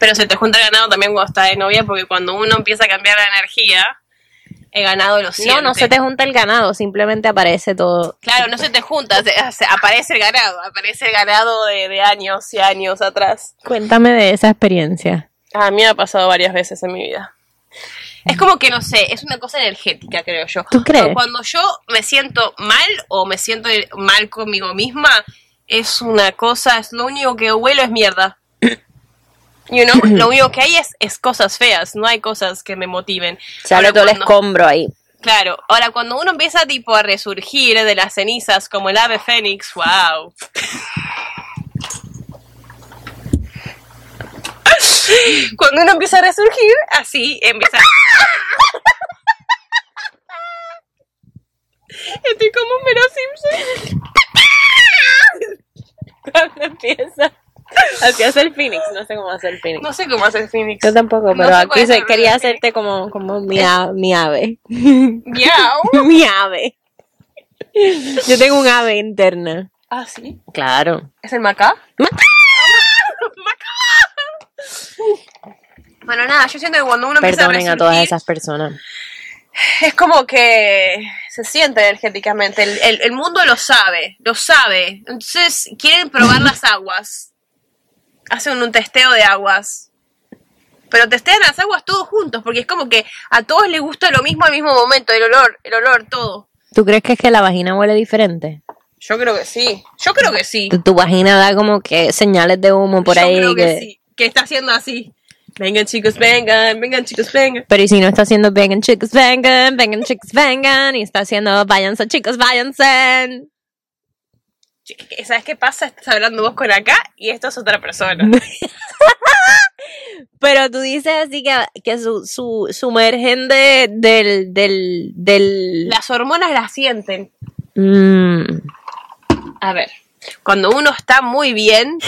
[SPEAKER 2] Pero se te junta el ganado también cuando está de novia, porque cuando uno empieza a cambiar la energía, el ganado lo siente.
[SPEAKER 1] No, no se te junta el ganado, simplemente aparece todo.
[SPEAKER 2] Claro, no se te junta, se- se- aparece el ganado, aparece el ganado de, de años y años atrás.
[SPEAKER 1] Cuéntame de esa experiencia.
[SPEAKER 2] A mí me ha pasado varias veces en mi vida. Es como que, no sé, es una cosa energética, creo yo.
[SPEAKER 1] ¿Tú crees?
[SPEAKER 2] O Cuando yo me siento mal o me siento mal conmigo misma, es una cosa, es lo único que huelo es mierda. You know, lo único que hay es, es cosas feas, no hay cosas que me motiven.
[SPEAKER 1] Sale
[SPEAKER 2] Ahora,
[SPEAKER 1] todo el
[SPEAKER 2] cuando-
[SPEAKER 1] escombro ahí.
[SPEAKER 2] Claro, ahora cuando uno empieza tipo a resurgir de las cenizas como el ave fénix, wow. Cuando uno empieza a resurgir, así empieza. Estoy como un Simpson.
[SPEAKER 1] Cuando empieza. Así hace el Phoenix, no sé cómo hace el Phoenix.
[SPEAKER 2] No sé cómo hace el Phoenix.
[SPEAKER 1] Yo tampoco,
[SPEAKER 2] No
[SPEAKER 1] pero
[SPEAKER 2] sé
[SPEAKER 1] aquí
[SPEAKER 2] cuál
[SPEAKER 1] se-
[SPEAKER 2] es el
[SPEAKER 1] quería
[SPEAKER 2] Phoenix.
[SPEAKER 1] hacerte como, como mi, a- mi ave.
[SPEAKER 2] Miau.
[SPEAKER 1] mi ave. Yo tengo un ave interna.
[SPEAKER 2] Ah, sí.
[SPEAKER 1] Claro.
[SPEAKER 2] ¿Es el Maca?
[SPEAKER 1] Maca.
[SPEAKER 2] Bueno, nada, yo siento que cuando uno empieza a
[SPEAKER 1] Perdonen
[SPEAKER 2] resurgir,
[SPEAKER 1] a todas esas personas.
[SPEAKER 2] es como que se siente energéticamente. El, el- el mundo lo sabe, lo sabe. Entonces quieren probar las aguas. Hacen un testeo de aguas. Pero testean las aguas todos juntos, porque es como que a todos les gusta lo mismo al mismo momento, el olor, el olor, todo.
[SPEAKER 1] ¿Tú crees que es que la vagina huele diferente?
[SPEAKER 2] Yo creo que sí. Yo creo que sí.
[SPEAKER 1] Tu, tu vagina da como que señales de humo por
[SPEAKER 2] Yo
[SPEAKER 1] ahí.
[SPEAKER 2] creo que,
[SPEAKER 1] que-
[SPEAKER 2] sí. Que está haciendo así. Vengan chicos, vengan, vengan chicos, vengan.
[SPEAKER 1] Pero y si no está haciendo vengan chicos, vengan, vengan chicos, vengan, y está haciendo váyanse chicos, váyanse.
[SPEAKER 2] Che, ¿Sabes qué pasa? Estás hablando vos con acá y esto es otra persona.
[SPEAKER 1] Pero tú dices así que, que su, su, sumergen de, del, del, del...
[SPEAKER 2] Las hormonas las sienten.
[SPEAKER 1] Mm.
[SPEAKER 2] A ver. Cuando uno está muy bien,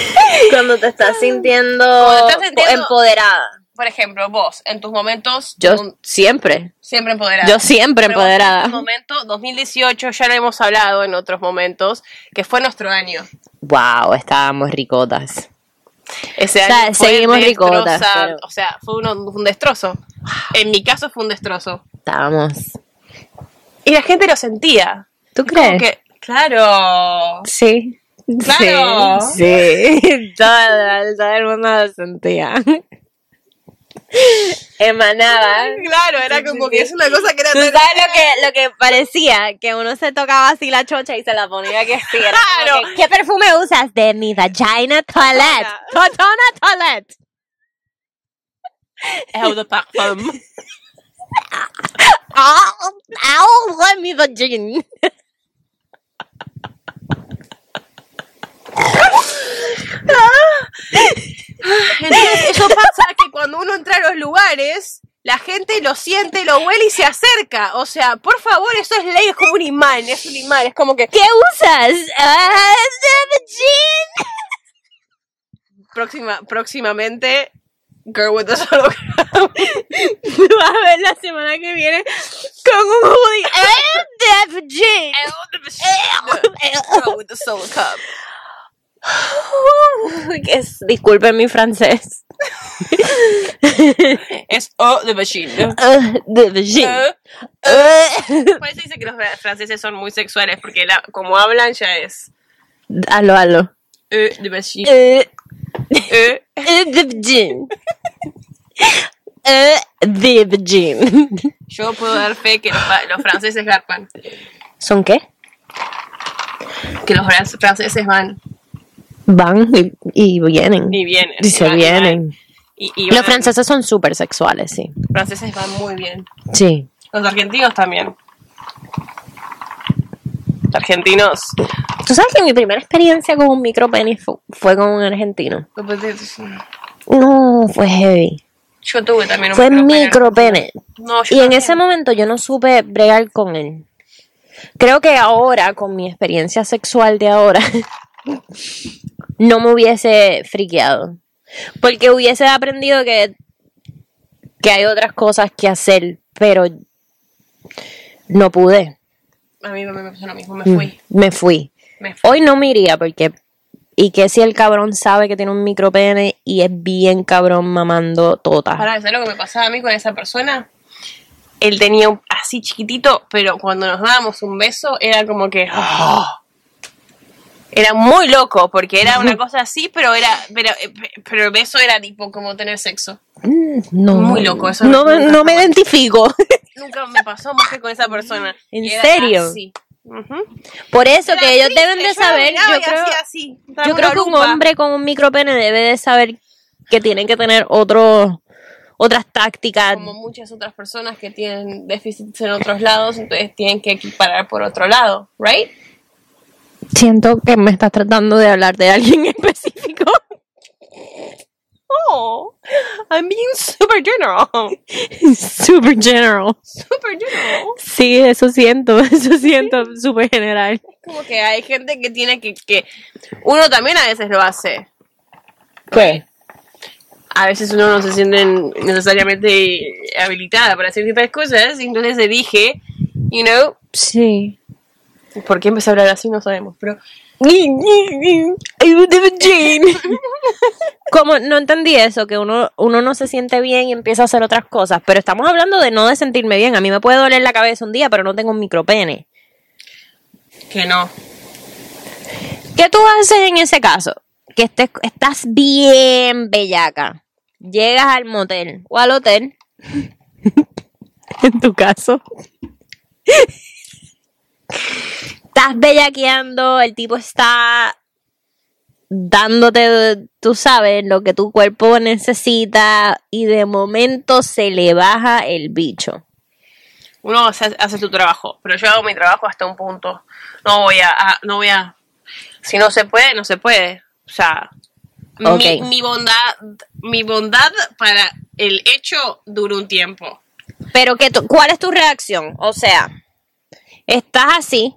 [SPEAKER 1] Cuando te estás sintiendo,
[SPEAKER 2] Cuando estás sintiendo-
[SPEAKER 1] empoderada.
[SPEAKER 2] por ejemplo, vos, en tus momentos,
[SPEAKER 1] Yo
[SPEAKER 2] un-
[SPEAKER 1] siempre,
[SPEAKER 2] siempre empoderada.
[SPEAKER 1] yo siempre
[SPEAKER 2] Pero vos En tu
[SPEAKER 1] empoderada.
[SPEAKER 2] momento, 2018, ya lo hemos hablado en otros momentos, que fue nuestro año.
[SPEAKER 1] Wow, estábamos ricotas.
[SPEAKER 2] Ese
[SPEAKER 1] O sea,
[SPEAKER 2] año fue
[SPEAKER 1] seguimos
[SPEAKER 2] destroza-
[SPEAKER 1] ricotas, pero-
[SPEAKER 2] O sea, fue uno- un destrozo. En mi caso fue un destrozo.
[SPEAKER 1] Estábamos.
[SPEAKER 2] Y la gente lo sentía.
[SPEAKER 1] ¿Tú
[SPEAKER 2] Como
[SPEAKER 1] crees?
[SPEAKER 2] que, claro.
[SPEAKER 1] Eh. Sí.
[SPEAKER 2] Claro.
[SPEAKER 1] Sí, sí. Todo, todo el mundo lo sentía. emanaba.
[SPEAKER 2] Claro, era como que es una cosa que era
[SPEAKER 1] Tú sabes
[SPEAKER 2] tan-
[SPEAKER 1] lo que, lo que parecía, que uno se tocaba así la chocha y se la ponía que sí. era como
[SPEAKER 2] Claro.
[SPEAKER 1] que, ¿Qué perfume usas? De mi vagina toilet.
[SPEAKER 2] Hola.
[SPEAKER 1] Totona toilet.
[SPEAKER 2] Eau de parfum.
[SPEAKER 1] Au, au, de "Oh, mi vagina.
[SPEAKER 2] Entonces, eso pasa que cuando uno entra a los lugares, la gente lo siente, lo huele y se acerca. O sea, por favor, eso es ley, es como un imán, es un imán, es como que
[SPEAKER 1] ¿Qué usas? Ah, de vagina.
[SPEAKER 2] próxima, próximamente Girl with the Solo
[SPEAKER 1] Tú vas a ver la semana que viene con un hoodie. Ah, de vagina.
[SPEAKER 2] Girl with the Solo Cup.
[SPEAKER 1] Que es- disculpen mi francés.
[SPEAKER 2] Es O de machine.
[SPEAKER 1] Ah, de vagina. Ah.
[SPEAKER 2] Por eso dice que los franceses son muy sexuales, porque la- como hablan ya es
[SPEAKER 1] Aló, aló.
[SPEAKER 2] E de machine.
[SPEAKER 1] Eh,
[SPEAKER 2] E.
[SPEAKER 1] eh, de vagina. Eh, de vagina.
[SPEAKER 2] Yo puedo dar fe que los, pa- los franceses garpan.
[SPEAKER 1] ¿Son qué?
[SPEAKER 2] Que los fran- franceses van
[SPEAKER 1] Van y, y vienen.
[SPEAKER 2] y vienen.
[SPEAKER 1] Y se
[SPEAKER 2] van van.
[SPEAKER 1] vienen.
[SPEAKER 2] Y- y
[SPEAKER 1] Los
[SPEAKER 2] van.
[SPEAKER 1] franceses son súper sexuales, sí.
[SPEAKER 2] franceses van muy bien.
[SPEAKER 1] Sí.
[SPEAKER 2] Los argentinos también. Los argentinos.
[SPEAKER 1] Tú sabes que mi primera experiencia con un micropenis fu- fue con un argentino. No, fue heavy.
[SPEAKER 2] Yo tuve también un
[SPEAKER 1] Fue
[SPEAKER 2] micropene.
[SPEAKER 1] micropenis.
[SPEAKER 2] No, yo
[SPEAKER 1] Y en
[SPEAKER 2] también.
[SPEAKER 1] ese momento yo no supe bregar con él. Creo que ahora, con mi experiencia sexual de ahora, no me hubiese friqueado. Porque hubiese aprendido que, que hay otras cosas que hacer, pero no pude.
[SPEAKER 2] A mí me pasó lo mismo, me fui.
[SPEAKER 1] Me fui.
[SPEAKER 2] Me fui.
[SPEAKER 1] Mm. Hoy no me iría porque... Y que si el cabrón sabe que tiene un micropene y es bien cabrón mamando tota.
[SPEAKER 2] Pará, ¿sabes lo que me pasaba a mí con esa persona? Él tenía un así chiquitito, pero cuando nos dábamos un beso era como que. ¡ah! Era muy loco, porque era una cosa así, pero era. Pero, eh, pero el beso era tipo como tener sexo.
[SPEAKER 1] No,
[SPEAKER 2] Muy loco, eso
[SPEAKER 1] No,
[SPEAKER 2] nunca
[SPEAKER 1] no me identifico.
[SPEAKER 2] Nunca me pasó más que con esa persona.
[SPEAKER 1] ¿En
[SPEAKER 2] Y era
[SPEAKER 1] serio?
[SPEAKER 2] así. Ujú.
[SPEAKER 1] Por eso
[SPEAKER 2] Era
[SPEAKER 1] que ellos
[SPEAKER 2] triste,
[SPEAKER 1] deben de
[SPEAKER 2] yo
[SPEAKER 1] saber,
[SPEAKER 2] la miraba
[SPEAKER 1] yo
[SPEAKER 2] y
[SPEAKER 1] creo,
[SPEAKER 2] hacía así, estaba
[SPEAKER 1] yo
[SPEAKER 2] una
[SPEAKER 1] creo que un
[SPEAKER 2] oruga.
[SPEAKER 1] hombre con un micropene debe de saber que tienen que tener otro, otras tácticas.
[SPEAKER 2] como muchas otras personas que tienen déficits en otros lados, entonces tienen que equiparar por otro lado, ¿right?
[SPEAKER 1] Siento que me estás tratando de hablar de alguien específico.
[SPEAKER 2] Oh, I'm being super general.
[SPEAKER 1] Super general.
[SPEAKER 2] Super general.
[SPEAKER 1] Sí, eso siento, eso siento super general.
[SPEAKER 2] Como que hay gente que tiene que, que... Uno también a veces lo hace.
[SPEAKER 1] ¿Qué?
[SPEAKER 2] A veces uno no se siente necesariamente habilitada para hacer ciertas cosas, y entonces se dije, you know,
[SPEAKER 1] Sí.
[SPEAKER 2] ¿por qué empecé a hablar así? No sabemos, pero...
[SPEAKER 1] Como no entendí eso, que uno, uno no se siente bien y empieza a hacer otras cosas, pero estamos hablando de no de sentirme bien. A mí me puede doler la cabeza un día, pero no tengo un micropene.
[SPEAKER 2] Que no.
[SPEAKER 1] ¿Qué tú haces en ese caso? Que estés, estás bien bellaca. Llegas al motel o al hotel. en tu caso. estás bellaqueando, el tipo está dándote, tú sabes, lo que tu cuerpo necesita y de momento se le baja el bicho.
[SPEAKER 2] Uno hace, hace su trabajo, pero yo hago mi trabajo hasta un punto. No voy a, a- no voy a. Si no se puede, no se puede. O sea, mi-
[SPEAKER 1] Ok.
[SPEAKER 2] mi, bondad, mi bondad para el hecho dura un tiempo.
[SPEAKER 1] Pero que tú- ¿cuál es tu reacción? O sea, estás así.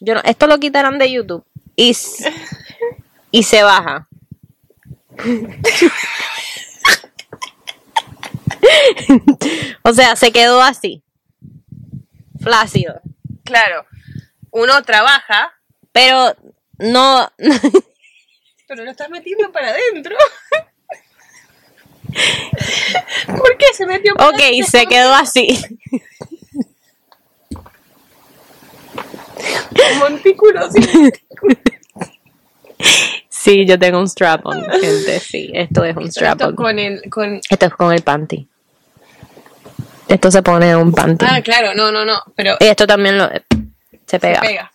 [SPEAKER 1] Yo no- esto lo quitarán de YouTube y s- y se baja. o sea, se quedó así. Flácido.
[SPEAKER 2] Claro, uno trabaja,
[SPEAKER 1] Pero no
[SPEAKER 2] pero lo estás metiendo para adentro. ¿Por qué se metió para
[SPEAKER 1] Ok, se quedó así.
[SPEAKER 2] el montículo? Sí.
[SPEAKER 1] Sí, yo tengo un strap-on, gente. Sí, esto es un
[SPEAKER 2] Esto
[SPEAKER 1] strap-on.
[SPEAKER 2] con el, con...
[SPEAKER 1] Esto es con el panty. Esto se pone en un panty.
[SPEAKER 2] Ah, claro, no, no, no, pero
[SPEAKER 1] Y esto también lo, se pega.
[SPEAKER 2] pega.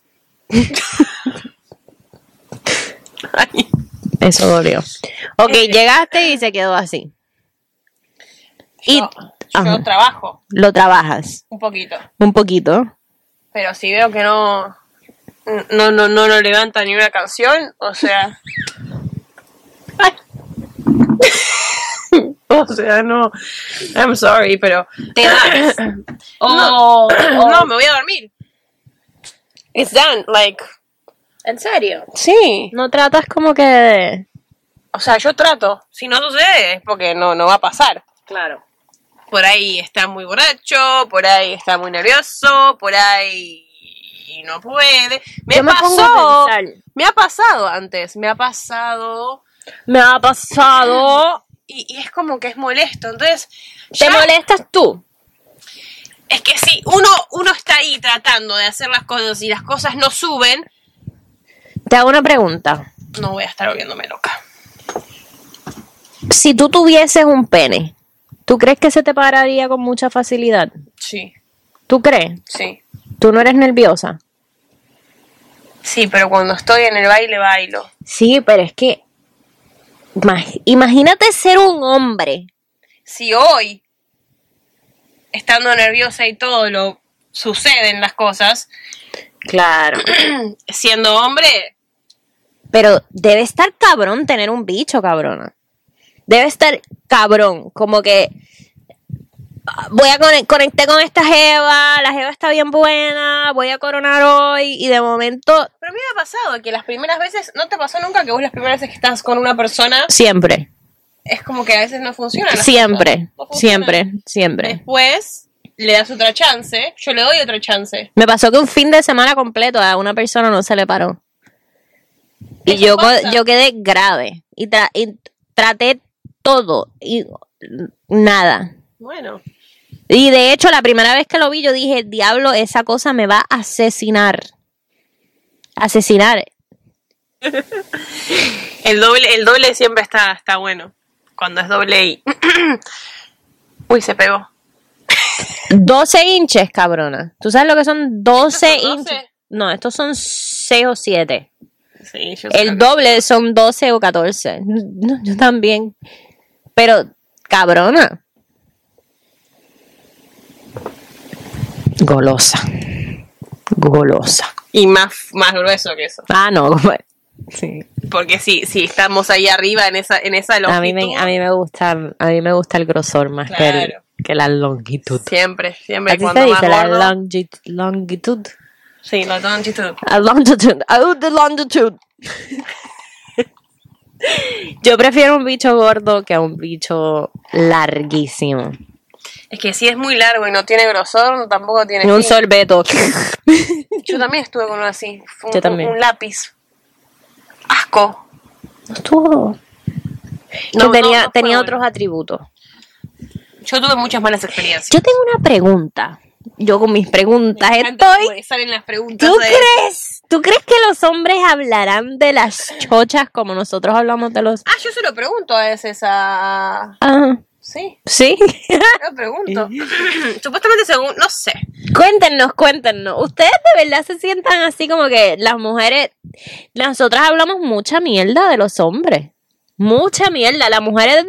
[SPEAKER 2] Ay.
[SPEAKER 1] Eso dolió. Ok, llegaste y se quedó así. Y
[SPEAKER 2] yo,
[SPEAKER 1] ajá,
[SPEAKER 2] yo trabajo
[SPEAKER 1] lo trabajas
[SPEAKER 2] un poquito,
[SPEAKER 1] un poquito.
[SPEAKER 2] pero si veo que no no no no lo levanta ni una canción, o sea, Ay. o sea, no I'm sorry, pero
[SPEAKER 1] Te vas.
[SPEAKER 2] no, no me voy a dormir. It's done, like,
[SPEAKER 1] ¿En serio?
[SPEAKER 2] sí.
[SPEAKER 1] No tratas como que de...
[SPEAKER 2] O sea, yo trato. Si no sucede, es porque no, no va a pasar.
[SPEAKER 1] Claro.
[SPEAKER 2] Por ahí está muy borracho, por ahí está muy nervioso, por ahí no puede. Me
[SPEAKER 1] Yo me
[SPEAKER 2] pasó.
[SPEAKER 1] pongo a pensar.
[SPEAKER 2] me ha pasado antes, me ha pasado.
[SPEAKER 1] Me ha pasado.
[SPEAKER 2] Y, y es como que es molesto. Entonces,
[SPEAKER 1] ¿Te
[SPEAKER 2] ya-
[SPEAKER 1] molestas tú?
[SPEAKER 2] es que sí, uno, uno está ahí tratando de hacer las cosas y las cosas no suben,
[SPEAKER 1] Te hago una pregunta.
[SPEAKER 2] no voy a estar volviéndome loca.
[SPEAKER 1] Si tú tuvieses un pene, ¿tú crees que se te pararía con mucha facilidad?
[SPEAKER 2] Sí,
[SPEAKER 1] ¿Tú crees?
[SPEAKER 2] sí.
[SPEAKER 1] ¿Tú no eres nerviosa?
[SPEAKER 2] Sí, pero cuando estoy en el baile, bailo.
[SPEAKER 1] Sí, pero es que... imag- Imagínate ser un hombre
[SPEAKER 2] si hoy, estando nerviosa y todo, lo suceden las cosas,
[SPEAKER 1] Claro.
[SPEAKER 2] siendo hombre,
[SPEAKER 1] Pero debe estar cabrón tener un bicho, cabrona. Debe estar cabrón. Como que ah, voy a conectar con esta jeva, la jeva está bien buena, voy a coronar hoy y de momento
[SPEAKER 2] pero a mí me ha pasado que las primeras veces, ¿no te pasó nunca que vos las primeras veces que estás con una persona,
[SPEAKER 1] siempre,
[SPEAKER 2] es como que a veces no funciona? las
[SPEAKER 1] siempre,
[SPEAKER 2] cosas? No funcionan.
[SPEAKER 1] siempre, siempre.
[SPEAKER 2] Después le das otra chance, yo le doy otra chance.
[SPEAKER 1] Me pasó que un fin de semana completo a una persona no se le paró. Y
[SPEAKER 2] Eso
[SPEAKER 1] yo, co-
[SPEAKER 2] pasa.
[SPEAKER 1] yo quedé grave y, tra- y traté todo y nada.
[SPEAKER 2] Bueno,
[SPEAKER 1] Y de hecho, la primera vez que lo vi, yo dije, diablo, esa cosa me va a asesinar. Asesinar.
[SPEAKER 2] el doble, el doble siempre está, está bueno, cuando es doble y... Uy, se pegó.
[SPEAKER 1] 12 hinches, cabrona. ¿Tú sabes lo que son 12
[SPEAKER 2] ¿Estos son
[SPEAKER 1] hinches?
[SPEAKER 2] 12?
[SPEAKER 1] No, estos son 6 o 7.
[SPEAKER 2] Sí, yo sé.
[SPEAKER 1] El doble son 12 o 14. No, yo también. Pero, cabrona. Golosa. Golosa.
[SPEAKER 2] Y más, más grueso que eso.
[SPEAKER 1] Ah, no. como- Sí.
[SPEAKER 2] Porque si, si estamos ahí arriba en esa, en esa longitud.
[SPEAKER 1] A mí, me, a mí me gusta a mí me gusta el grosor más que, el-
[SPEAKER 2] Claro.
[SPEAKER 1] que la longitud.
[SPEAKER 2] Siempre, siempre.
[SPEAKER 1] Así
[SPEAKER 2] cuando
[SPEAKER 1] se
[SPEAKER 2] más
[SPEAKER 1] dice la
[SPEAKER 2] gordo-
[SPEAKER 1] longi- longitud.
[SPEAKER 2] Sí, la longitud.
[SPEAKER 1] La longitud. Oh, the longitud. Yo prefiero un bicho gordo que a un bicho larguísimo.
[SPEAKER 2] Es que si es muy largo y no tiene grosor, tampoco tiene.
[SPEAKER 1] Y un
[SPEAKER 2] fin.
[SPEAKER 1] sorbeto.
[SPEAKER 2] Yo también estuve con uno así. Fue un,
[SPEAKER 1] Yo también.
[SPEAKER 2] Un lápiz. Asco.
[SPEAKER 1] No estuvo.
[SPEAKER 2] No,
[SPEAKER 1] Que tenía
[SPEAKER 2] no, no fue
[SPEAKER 1] tenía
[SPEAKER 2] bueno.
[SPEAKER 1] otros atributos.
[SPEAKER 2] Yo tuve muchas malas experiencias.
[SPEAKER 1] Yo tengo una pregunta. Yo con mis preguntas
[SPEAKER 2] Me encanta
[SPEAKER 1] estoy
[SPEAKER 2] cómo Salen las preguntas.
[SPEAKER 1] ¿Tú
[SPEAKER 2] de-
[SPEAKER 1] crees? ¿Tú crees que los hombres hablarán de las chochas como nosotros hablamos de los...
[SPEAKER 2] Ah, yo se lo pregunto a veces a.
[SPEAKER 1] Ah,
[SPEAKER 2] Sí,
[SPEAKER 1] sí.
[SPEAKER 2] se lo pregunto. Supuestamente según. No sé.
[SPEAKER 1] cuéntenos, cuéntenos. ¿Ustedes de verdad se sientan así como que las mujeres... Nosotras hablamos mucha mierda de los hombres. Mucha mierda. Las mujeres...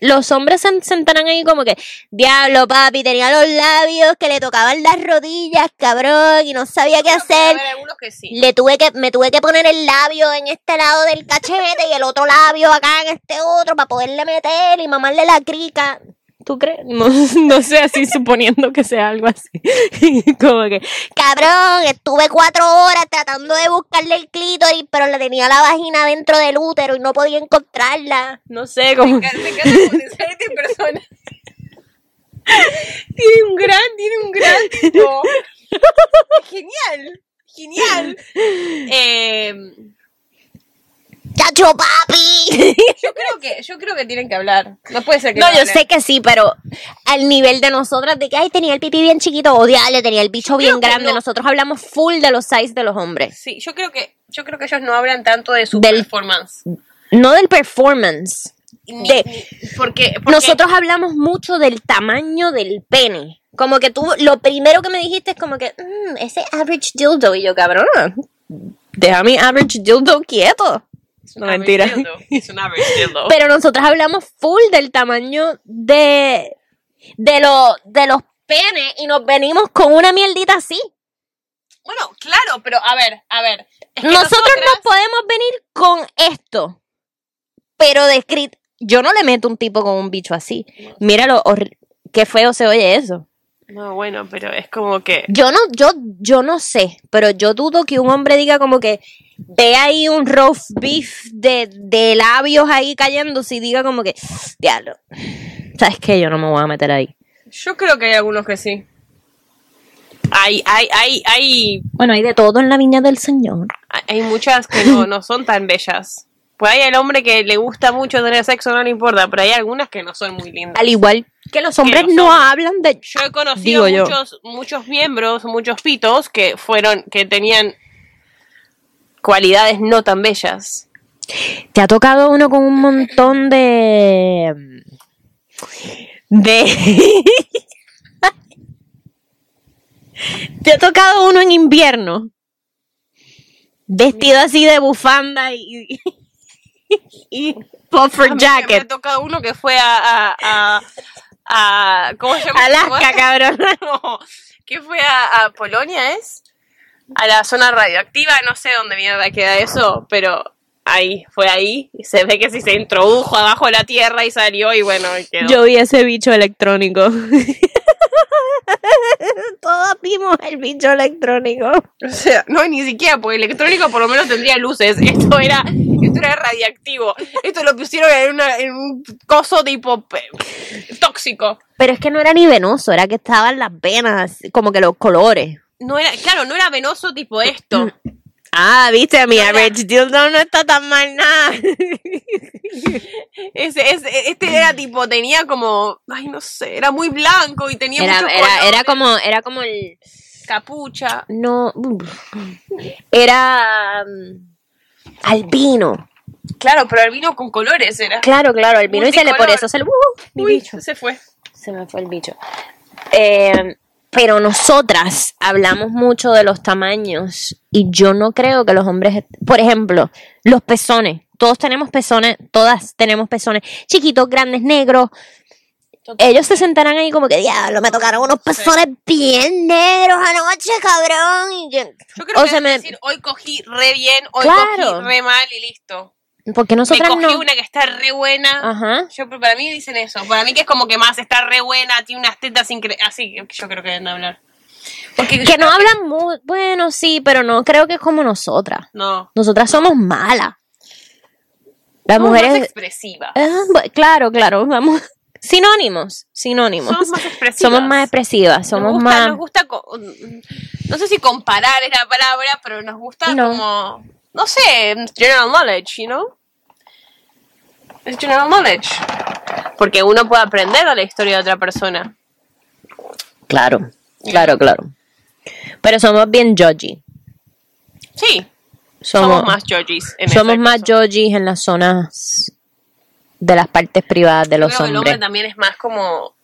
[SPEAKER 1] Los hombres se sentarán ahí como que, diablo papi, tenía los labios que le tocaban las rodillas, cabrón, y no sabía qué
[SPEAKER 2] A
[SPEAKER 1] hacer.
[SPEAKER 2] ver, algunos que sí.
[SPEAKER 1] le tuve que, me tuve que poner el labio en este lado del cachete y el otro labio acá en este otro para poderle meter y mamarle la crica. ¿Tú crees? No, no sé, así suponiendo que sea algo así. Como que, cabrón, estuve cuatro horas tratando de buscarle el clítoris, pero la tenía la vagina dentro del útero y no podía encontrarla. No sé, como...
[SPEAKER 2] Me encanta conocer en persona. Tiene un gran, tiene un gran tipo. Genial, genial. Eh,
[SPEAKER 1] Em, ¡Chacho, papi!
[SPEAKER 2] yo creo que, yo creo que tienen que hablar. No puede ser que
[SPEAKER 1] No, yo
[SPEAKER 2] hablen.
[SPEAKER 1] sé que sí, pero al nivel de nosotras, de que, ay, tenía el pipí bien chiquito, odiarle, tenía el bicho bien
[SPEAKER 2] que
[SPEAKER 1] grande.
[SPEAKER 2] no.
[SPEAKER 1] Nosotros hablamos full de los size de los hombres.
[SPEAKER 2] Sí, yo creo que yo creo que ellos no hablan tanto de su
[SPEAKER 1] Del-
[SPEAKER 2] performance.
[SPEAKER 1] No del performance.
[SPEAKER 2] Ni-
[SPEAKER 1] de-
[SPEAKER 2] ni- porque, porque-
[SPEAKER 1] Nosotros hablamos mucho del tamaño del pene. Como que tú, lo primero que me dijiste es como que, "Mm, ese average dildo. Y yo, cabrona, deja mi average dildo quieto.
[SPEAKER 2] Es una
[SPEAKER 1] No, mentira.
[SPEAKER 2] average dildo, Es una average dildo.
[SPEAKER 1] Pero nosotros hablamos full del tamaño de, de, lo, de los penes y nos venimos con una mierdita así.
[SPEAKER 2] Bueno, claro, pero a ver, a ver. Es que
[SPEAKER 1] nosotros
[SPEAKER 2] nosotras-
[SPEAKER 1] no podemos venir con esto. Pero de escrit- yo no le meto un tipo con un bicho así. Míralo, horri- qué feo se oye eso.
[SPEAKER 2] No, bueno, pero es como que.
[SPEAKER 1] Yo no, yo, yo no sé, pero yo dudo que un hombre diga como que ve ahí un roast beef de, de labios ahí cayéndose y diga como que, diablo, sabes que yo no me voy a meter ahí.
[SPEAKER 2] Yo creo que hay algunos que sí. Hay, hay, hay, hay,
[SPEAKER 1] Bueno, hay de todo en la viña del Señor.
[SPEAKER 2] hay muchas que no, no son tan bellas. Por ahí el hombre que le gusta mucho tener sexo no le importa, pero hay algunas que no son muy lindas.
[SPEAKER 1] Al igual que los hombres
[SPEAKER 2] los
[SPEAKER 1] no
[SPEAKER 2] hombres.
[SPEAKER 1] hablan de...
[SPEAKER 2] Yo he conocido
[SPEAKER 1] Digo yo.
[SPEAKER 2] muchos, muchos miembros, muchos pitos que fueron, que tenían cualidades no tan bellas.
[SPEAKER 1] Te ha tocado uno con un montón de... De... Te ha tocado uno en invierno. Vestido así de bufanda y... Y puffer
[SPEAKER 2] Que me ha
[SPEAKER 1] jacket.
[SPEAKER 2] tocado uno que fue a, a, a, a- ¿cómo se llama?
[SPEAKER 1] Alaska, cabrón.
[SPEAKER 2] No, que fue a, a Polonia, ¿es? A la zona radioactiva, no sé dónde mierda queda eso, pero ahí, fue ahí, y se ve que sí se introdujo abajo de la tierra y salió y bueno, y quedó.
[SPEAKER 1] Yo vi ese bicho electrónico. Todos vimos el bicho electrónico.
[SPEAKER 2] O sea, no, ni siquiera, porque el electrónico por lo menos tendría luces, esto era, esto era radiactivo, esto lo pusieron en, una- en un coso tipo pe- tóxico.
[SPEAKER 1] Pero es que no era ni venoso, era que estaban las venas, como que los colores.
[SPEAKER 2] No era, claro, no era venoso tipo esto.
[SPEAKER 1] Ah, viste, mi
[SPEAKER 2] era-
[SPEAKER 1] average dildo no está tan mal nada.
[SPEAKER 2] Ese, ese- este era tipo, tenía como, ay, no sé, era muy blanco y tenía
[SPEAKER 1] Era,
[SPEAKER 2] mucho
[SPEAKER 1] era, era como, era como el
[SPEAKER 2] capucha.
[SPEAKER 1] no mm, era um, albino.
[SPEAKER 2] Claro, pero el vino con colores era.
[SPEAKER 1] Claro, claro, albino y se le por
[SPEAKER 2] Multicolor.
[SPEAKER 1] eso se le uh, mi
[SPEAKER 2] Uy,
[SPEAKER 1] bicho.
[SPEAKER 2] se fue.
[SPEAKER 1] Se me fue el bicho. Eh, pero nosotras hablamos mucho de los tamaños y yo no creo que los hombres, est- por ejemplo, los pezones, todos tenemos pezones, todas tenemos pezones, chiquitos, grandes, negros. Ellos se sentarán ahí como que, diablo, me tocaron unos pezones bien negros anoche, cabrón. Y yo-
[SPEAKER 2] Yo creo
[SPEAKER 1] o
[SPEAKER 2] que
[SPEAKER 1] sea,
[SPEAKER 2] es
[SPEAKER 1] me-
[SPEAKER 2] decir, hoy cogí re bien, hoy
[SPEAKER 1] Claro.
[SPEAKER 2] cogí re mal y listo.
[SPEAKER 1] porque
[SPEAKER 2] Me
[SPEAKER 1] nosotras
[SPEAKER 2] cogí
[SPEAKER 1] no. Ah.
[SPEAKER 2] una que está re buena.
[SPEAKER 1] Ajá.
[SPEAKER 2] Yo, pero para mí dicen eso. Para mí que es como que más está re buena, tiene unas tetas increíbles. Así que yo creo que deben de hablar. Porque
[SPEAKER 1] Que no hablan muy, bueno, sí, pero no creo que es como nosotras.
[SPEAKER 2] No.
[SPEAKER 1] Nosotras somos malas. Las
[SPEAKER 2] Somos
[SPEAKER 1] mujeres
[SPEAKER 2] más expresiva.
[SPEAKER 1] Ah, bu- claro, claro, vamos. Sinónimos, sinónimos.
[SPEAKER 2] Somos más expresivas.
[SPEAKER 1] Somos más expresivas, somos
[SPEAKER 2] nos gusta,
[SPEAKER 1] más...
[SPEAKER 2] Nos gusta, co- no sé si comparar es la palabra, pero nos gusta
[SPEAKER 1] No.
[SPEAKER 2] como, no sé, general knowledge, you know? Es general knowledge. Porque uno puede aprender de la historia de otra persona.
[SPEAKER 1] Claro, claro, claro. Pero somos bien judgy.
[SPEAKER 2] Sí, somos,
[SPEAKER 1] Somos,
[SPEAKER 2] más judges. En
[SPEAKER 1] somos
[SPEAKER 2] ese
[SPEAKER 1] más
[SPEAKER 2] caso.
[SPEAKER 1] judgy en las zonas de las partes privadas de
[SPEAKER 2] Yo
[SPEAKER 1] los
[SPEAKER 2] creo que el hombre
[SPEAKER 1] hombres.
[SPEAKER 2] también es más como...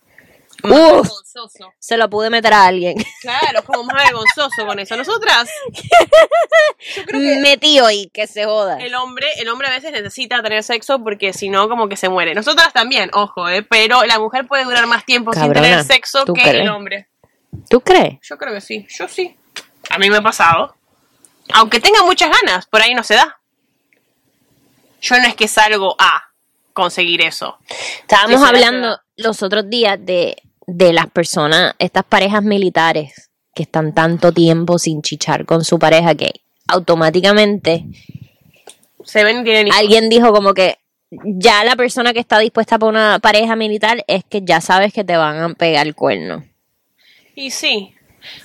[SPEAKER 2] más
[SPEAKER 1] Uf,
[SPEAKER 2] vergonzoso.
[SPEAKER 1] se lo pude meter a alguien.
[SPEAKER 2] Claro, es como más vergonzoso con eso. Nosotras,
[SPEAKER 1] Metí hoy, que se joda.
[SPEAKER 2] el hombre, el hombre a veces necesita tener sexo porque si no, como que se muere. Nosotras también, ojo, eh, pero la mujer puede durar más tiempo sin
[SPEAKER 1] Cabrona,
[SPEAKER 2] tener sexo
[SPEAKER 1] ¿tú
[SPEAKER 2] que
[SPEAKER 1] crees?
[SPEAKER 2] el hombre.
[SPEAKER 1] ¿Tú crees?
[SPEAKER 2] Yo creo que sí, yo sí. A mí me ha pasado. Aunque tenga muchas ganas, por ahí no se da. Yo no es que salgo a conseguir eso.
[SPEAKER 1] Estábamos
[SPEAKER 2] Sí, será,
[SPEAKER 1] hablando
[SPEAKER 2] será.
[SPEAKER 1] los otros días de, de las personas, estas parejas militares que están tanto tiempo sin chichar con su pareja que automáticamente
[SPEAKER 2] Se ven y tienen hijos.
[SPEAKER 1] alguien dijo como que ya la persona que está dispuesta para una pareja militar es que ya sabes que te van a pegar el cuerno.
[SPEAKER 2] Y sí.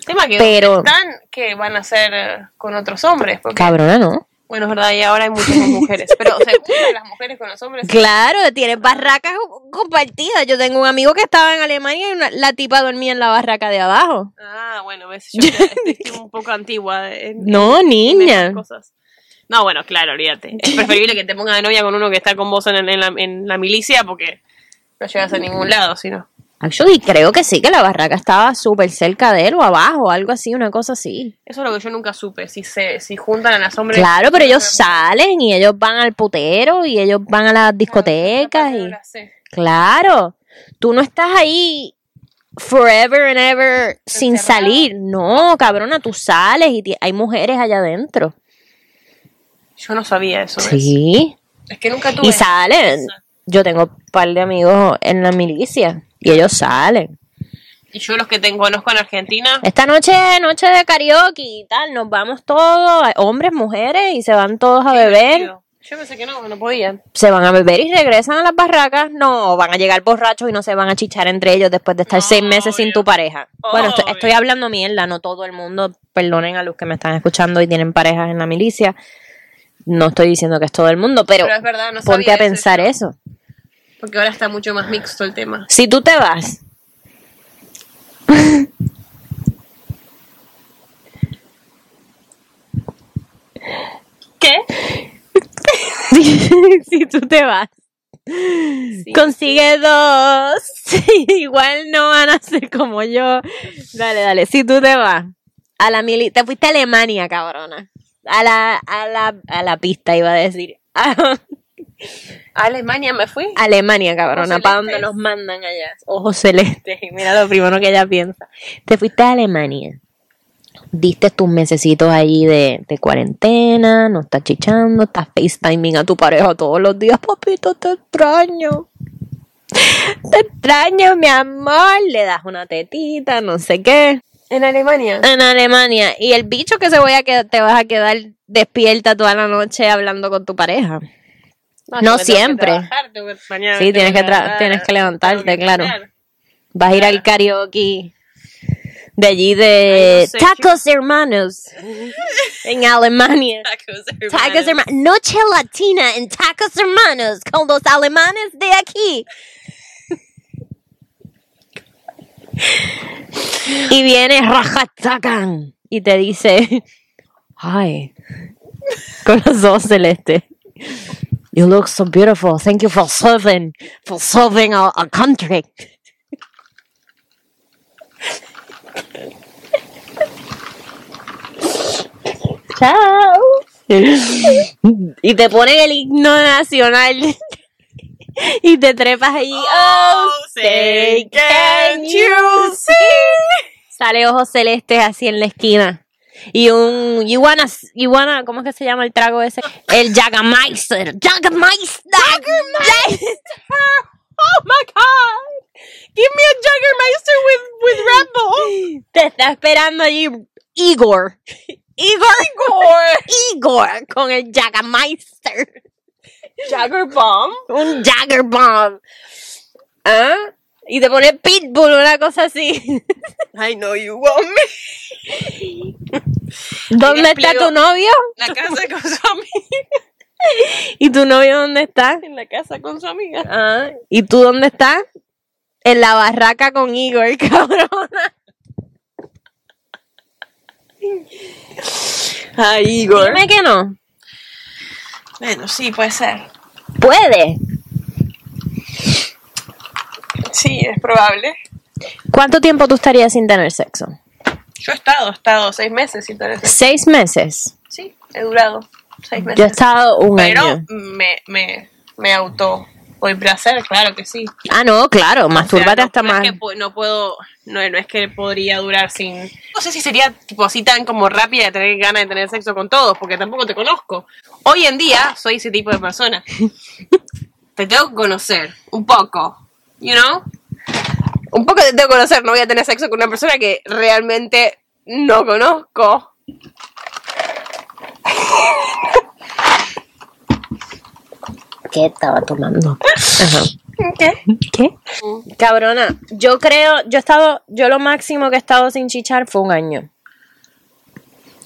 [SPEAKER 2] Tema que
[SPEAKER 1] Pero-
[SPEAKER 2] ¿dónde están que van a hacer eh, con otros hombres. Porque,
[SPEAKER 1] Cabrona, ¿no?
[SPEAKER 2] bueno, es verdad, y ahora hay muchas más mujeres. Pero se juntan las mujeres con los hombres.
[SPEAKER 1] Claro, tienes barracas compartidas. Yo tengo un amigo que estaba en Alemania y una- la tipa dormía en la barraca de abajo.
[SPEAKER 2] este, Ah, bueno, ves, yo ya estoy un poco antigua. en-
[SPEAKER 1] No,
[SPEAKER 2] en esas
[SPEAKER 1] niña.
[SPEAKER 2] cosas. No, bueno, claro, olvídate. Es preferible que te ponga de novia con uno que está con vos en, en la, en la milicia porque no llegas a ningún lado, sino.
[SPEAKER 1] Actually, creo que sí, que la barraca estaba súper cerca de él o abajo, algo así, una cosa así.
[SPEAKER 2] Eso es lo que yo nunca supe. Si se si juntan a las hombres.
[SPEAKER 1] Claro, pero ellos salen y ellos van al putero y ellos van a las discotecas y... Claro, tú no estás ahí forever and ever sin
[SPEAKER 2] Encerrado.
[SPEAKER 1] salir. No, cabrona, tú sales y ti- hay mujeres allá adentro.
[SPEAKER 2] Yo no sabía eso. ¿ves?
[SPEAKER 1] Sí.
[SPEAKER 2] Es que nunca tuve.
[SPEAKER 1] Y salen. Yo tengo un par de amigos en la milicia y ellos salen.
[SPEAKER 2] Y yo los que te conozco en Argentina.
[SPEAKER 1] Esta noche, noche de karaoke y tal, nos vamos todos, hombres, mujeres, y se van todos a beber.
[SPEAKER 2] Yo pensé que no, no podían.
[SPEAKER 1] Se van a beber y regresan a las barracas. No, van a llegar borrachos y no se van a chichar entre ellos después de estar seis meses sin tu pareja. Bueno, estoy,
[SPEAKER 2] Ah, Obvio.
[SPEAKER 1] estoy hablando mierda, no todo el mundo, perdonen a los que me están escuchando y tienen parejas en la milicia. No estoy diciendo que es todo el mundo, pero,
[SPEAKER 2] Pero es verdad, no
[SPEAKER 1] ponte
[SPEAKER 2] sabía
[SPEAKER 1] a
[SPEAKER 2] eso
[SPEAKER 1] pensar ¿eh? eso.
[SPEAKER 2] Porque ahora está mucho más mixto el tema.
[SPEAKER 1] Si tú te vas,
[SPEAKER 2] ¿Qué?
[SPEAKER 1] si tú te vas, consigue dos. Igual no van a ser como yo. Dale, dale. Si tú te vas a la mili, te fuiste a Alemania, cabrona. A la, a la, a la pista iba a decir. Ah, A
[SPEAKER 2] ¿A Alemania me fui?
[SPEAKER 1] Alemania, cabrona,
[SPEAKER 2] Ojos
[SPEAKER 1] para donde
[SPEAKER 2] celestes.
[SPEAKER 1] los mandan allá. Ojos celestes. Mira lo primero que ella piensa. Oh, Te fuiste a Alemania. Diste tus mesecitos allí de, de cuarentena, no estás chichando, estás FaceTiming a tu pareja todos los días. Papito, te extraño. Te extraño, mi amor. Le das una tetita, no sé qué.
[SPEAKER 2] En Alemania.
[SPEAKER 1] En Alemania. Y el bicho que se voy a quedar, te vas a quedar despierta toda la noche hablando con tu pareja. no
[SPEAKER 2] yo tengo Ah, que
[SPEAKER 1] siempre.
[SPEAKER 2] trabajar, tengo que- mañana
[SPEAKER 1] Sí,
[SPEAKER 2] tengo
[SPEAKER 1] tienes que tra-
[SPEAKER 2] levantar,
[SPEAKER 1] tienes que levantarte,
[SPEAKER 2] tengo que
[SPEAKER 1] claro.
[SPEAKER 2] cocinar.
[SPEAKER 1] Vas a ir al karaoke de allí
[SPEAKER 2] Ay,
[SPEAKER 1] de
[SPEAKER 2] no sé,
[SPEAKER 1] Tacos Hermanos en Alemania.
[SPEAKER 2] Tacos hermanos.
[SPEAKER 1] Tacos Hermanos, noche latina en Tacos Hermanos con los alemanes de aquí. Y viene Rajatakan y te dice, hi, con los ojos celestes. You look so beautiful. Thank you for serving, for serving our, our country. Chao. y te ponen el himno nacional. y te trepas allí.
[SPEAKER 2] Oh, say, can you
[SPEAKER 1] see? Sale ojos celestes así en la esquina. Y un. You wanna. You wanna ¿Cómo es que se llama el trago ese? El Jagermeister. Jagermeister. Jagermeister.
[SPEAKER 2] Oh my god. Give me a Juggermeister with, with Red Bull.
[SPEAKER 1] Te está esperando allí Igor. Igor.
[SPEAKER 2] Or
[SPEAKER 1] Igor con el Jagermeister.
[SPEAKER 2] Jagger Bomb.
[SPEAKER 1] Un Jagger Bomb. ¿Ah? Y te pone Pitbull, una cosa así.
[SPEAKER 2] I know you want me.
[SPEAKER 1] ¿Dónde está
[SPEAKER 2] despliego.
[SPEAKER 1] tu novio?
[SPEAKER 2] La casa con su amiga.
[SPEAKER 1] ¿Y tu novio dónde está?
[SPEAKER 2] En la casa con su amiga.
[SPEAKER 1] Ah, ¿Y tú dónde estás? En la barraca con Igor, cabrona.
[SPEAKER 2] Ah, Igor.
[SPEAKER 1] Dime que no.
[SPEAKER 2] Bueno, sí, puede ser.
[SPEAKER 1] Puede.
[SPEAKER 2] Sí, es probable.
[SPEAKER 1] ¿Cuánto tiempo tú estarías sin tener sexo?
[SPEAKER 2] Yo he estado, he estado seis meses sin tener sexo.
[SPEAKER 1] Seis meses.
[SPEAKER 2] Sí, he durado seis meses.
[SPEAKER 1] Yo he estado un
[SPEAKER 2] Pero
[SPEAKER 1] año.
[SPEAKER 2] me, me, me auto doy placer, claro que sí.
[SPEAKER 1] Ah, no, claro.
[SPEAKER 2] O sea,
[SPEAKER 1] Mastúrbate
[SPEAKER 2] no-
[SPEAKER 1] hasta
[SPEAKER 2] no es
[SPEAKER 1] más.
[SPEAKER 2] que pu- no puedo, no, no es que podría durar sin. No sé si sería tipo así tan como rápida de tener ganas de tener sexo con todos, porque tampoco te conozco. Hoy en día soy ese tipo de persona. te tengo que conocer un poco, you know? Un poco te tengo que conocer, no voy a tener sexo con una persona que realmente no conozco.
[SPEAKER 1] ¿Qué estaba tomando? Ajá.
[SPEAKER 2] ¿Qué?
[SPEAKER 1] ¿Qué? Cabrona, yo creo, yo he estado, yo lo máximo que he estado sin chichar fue un año.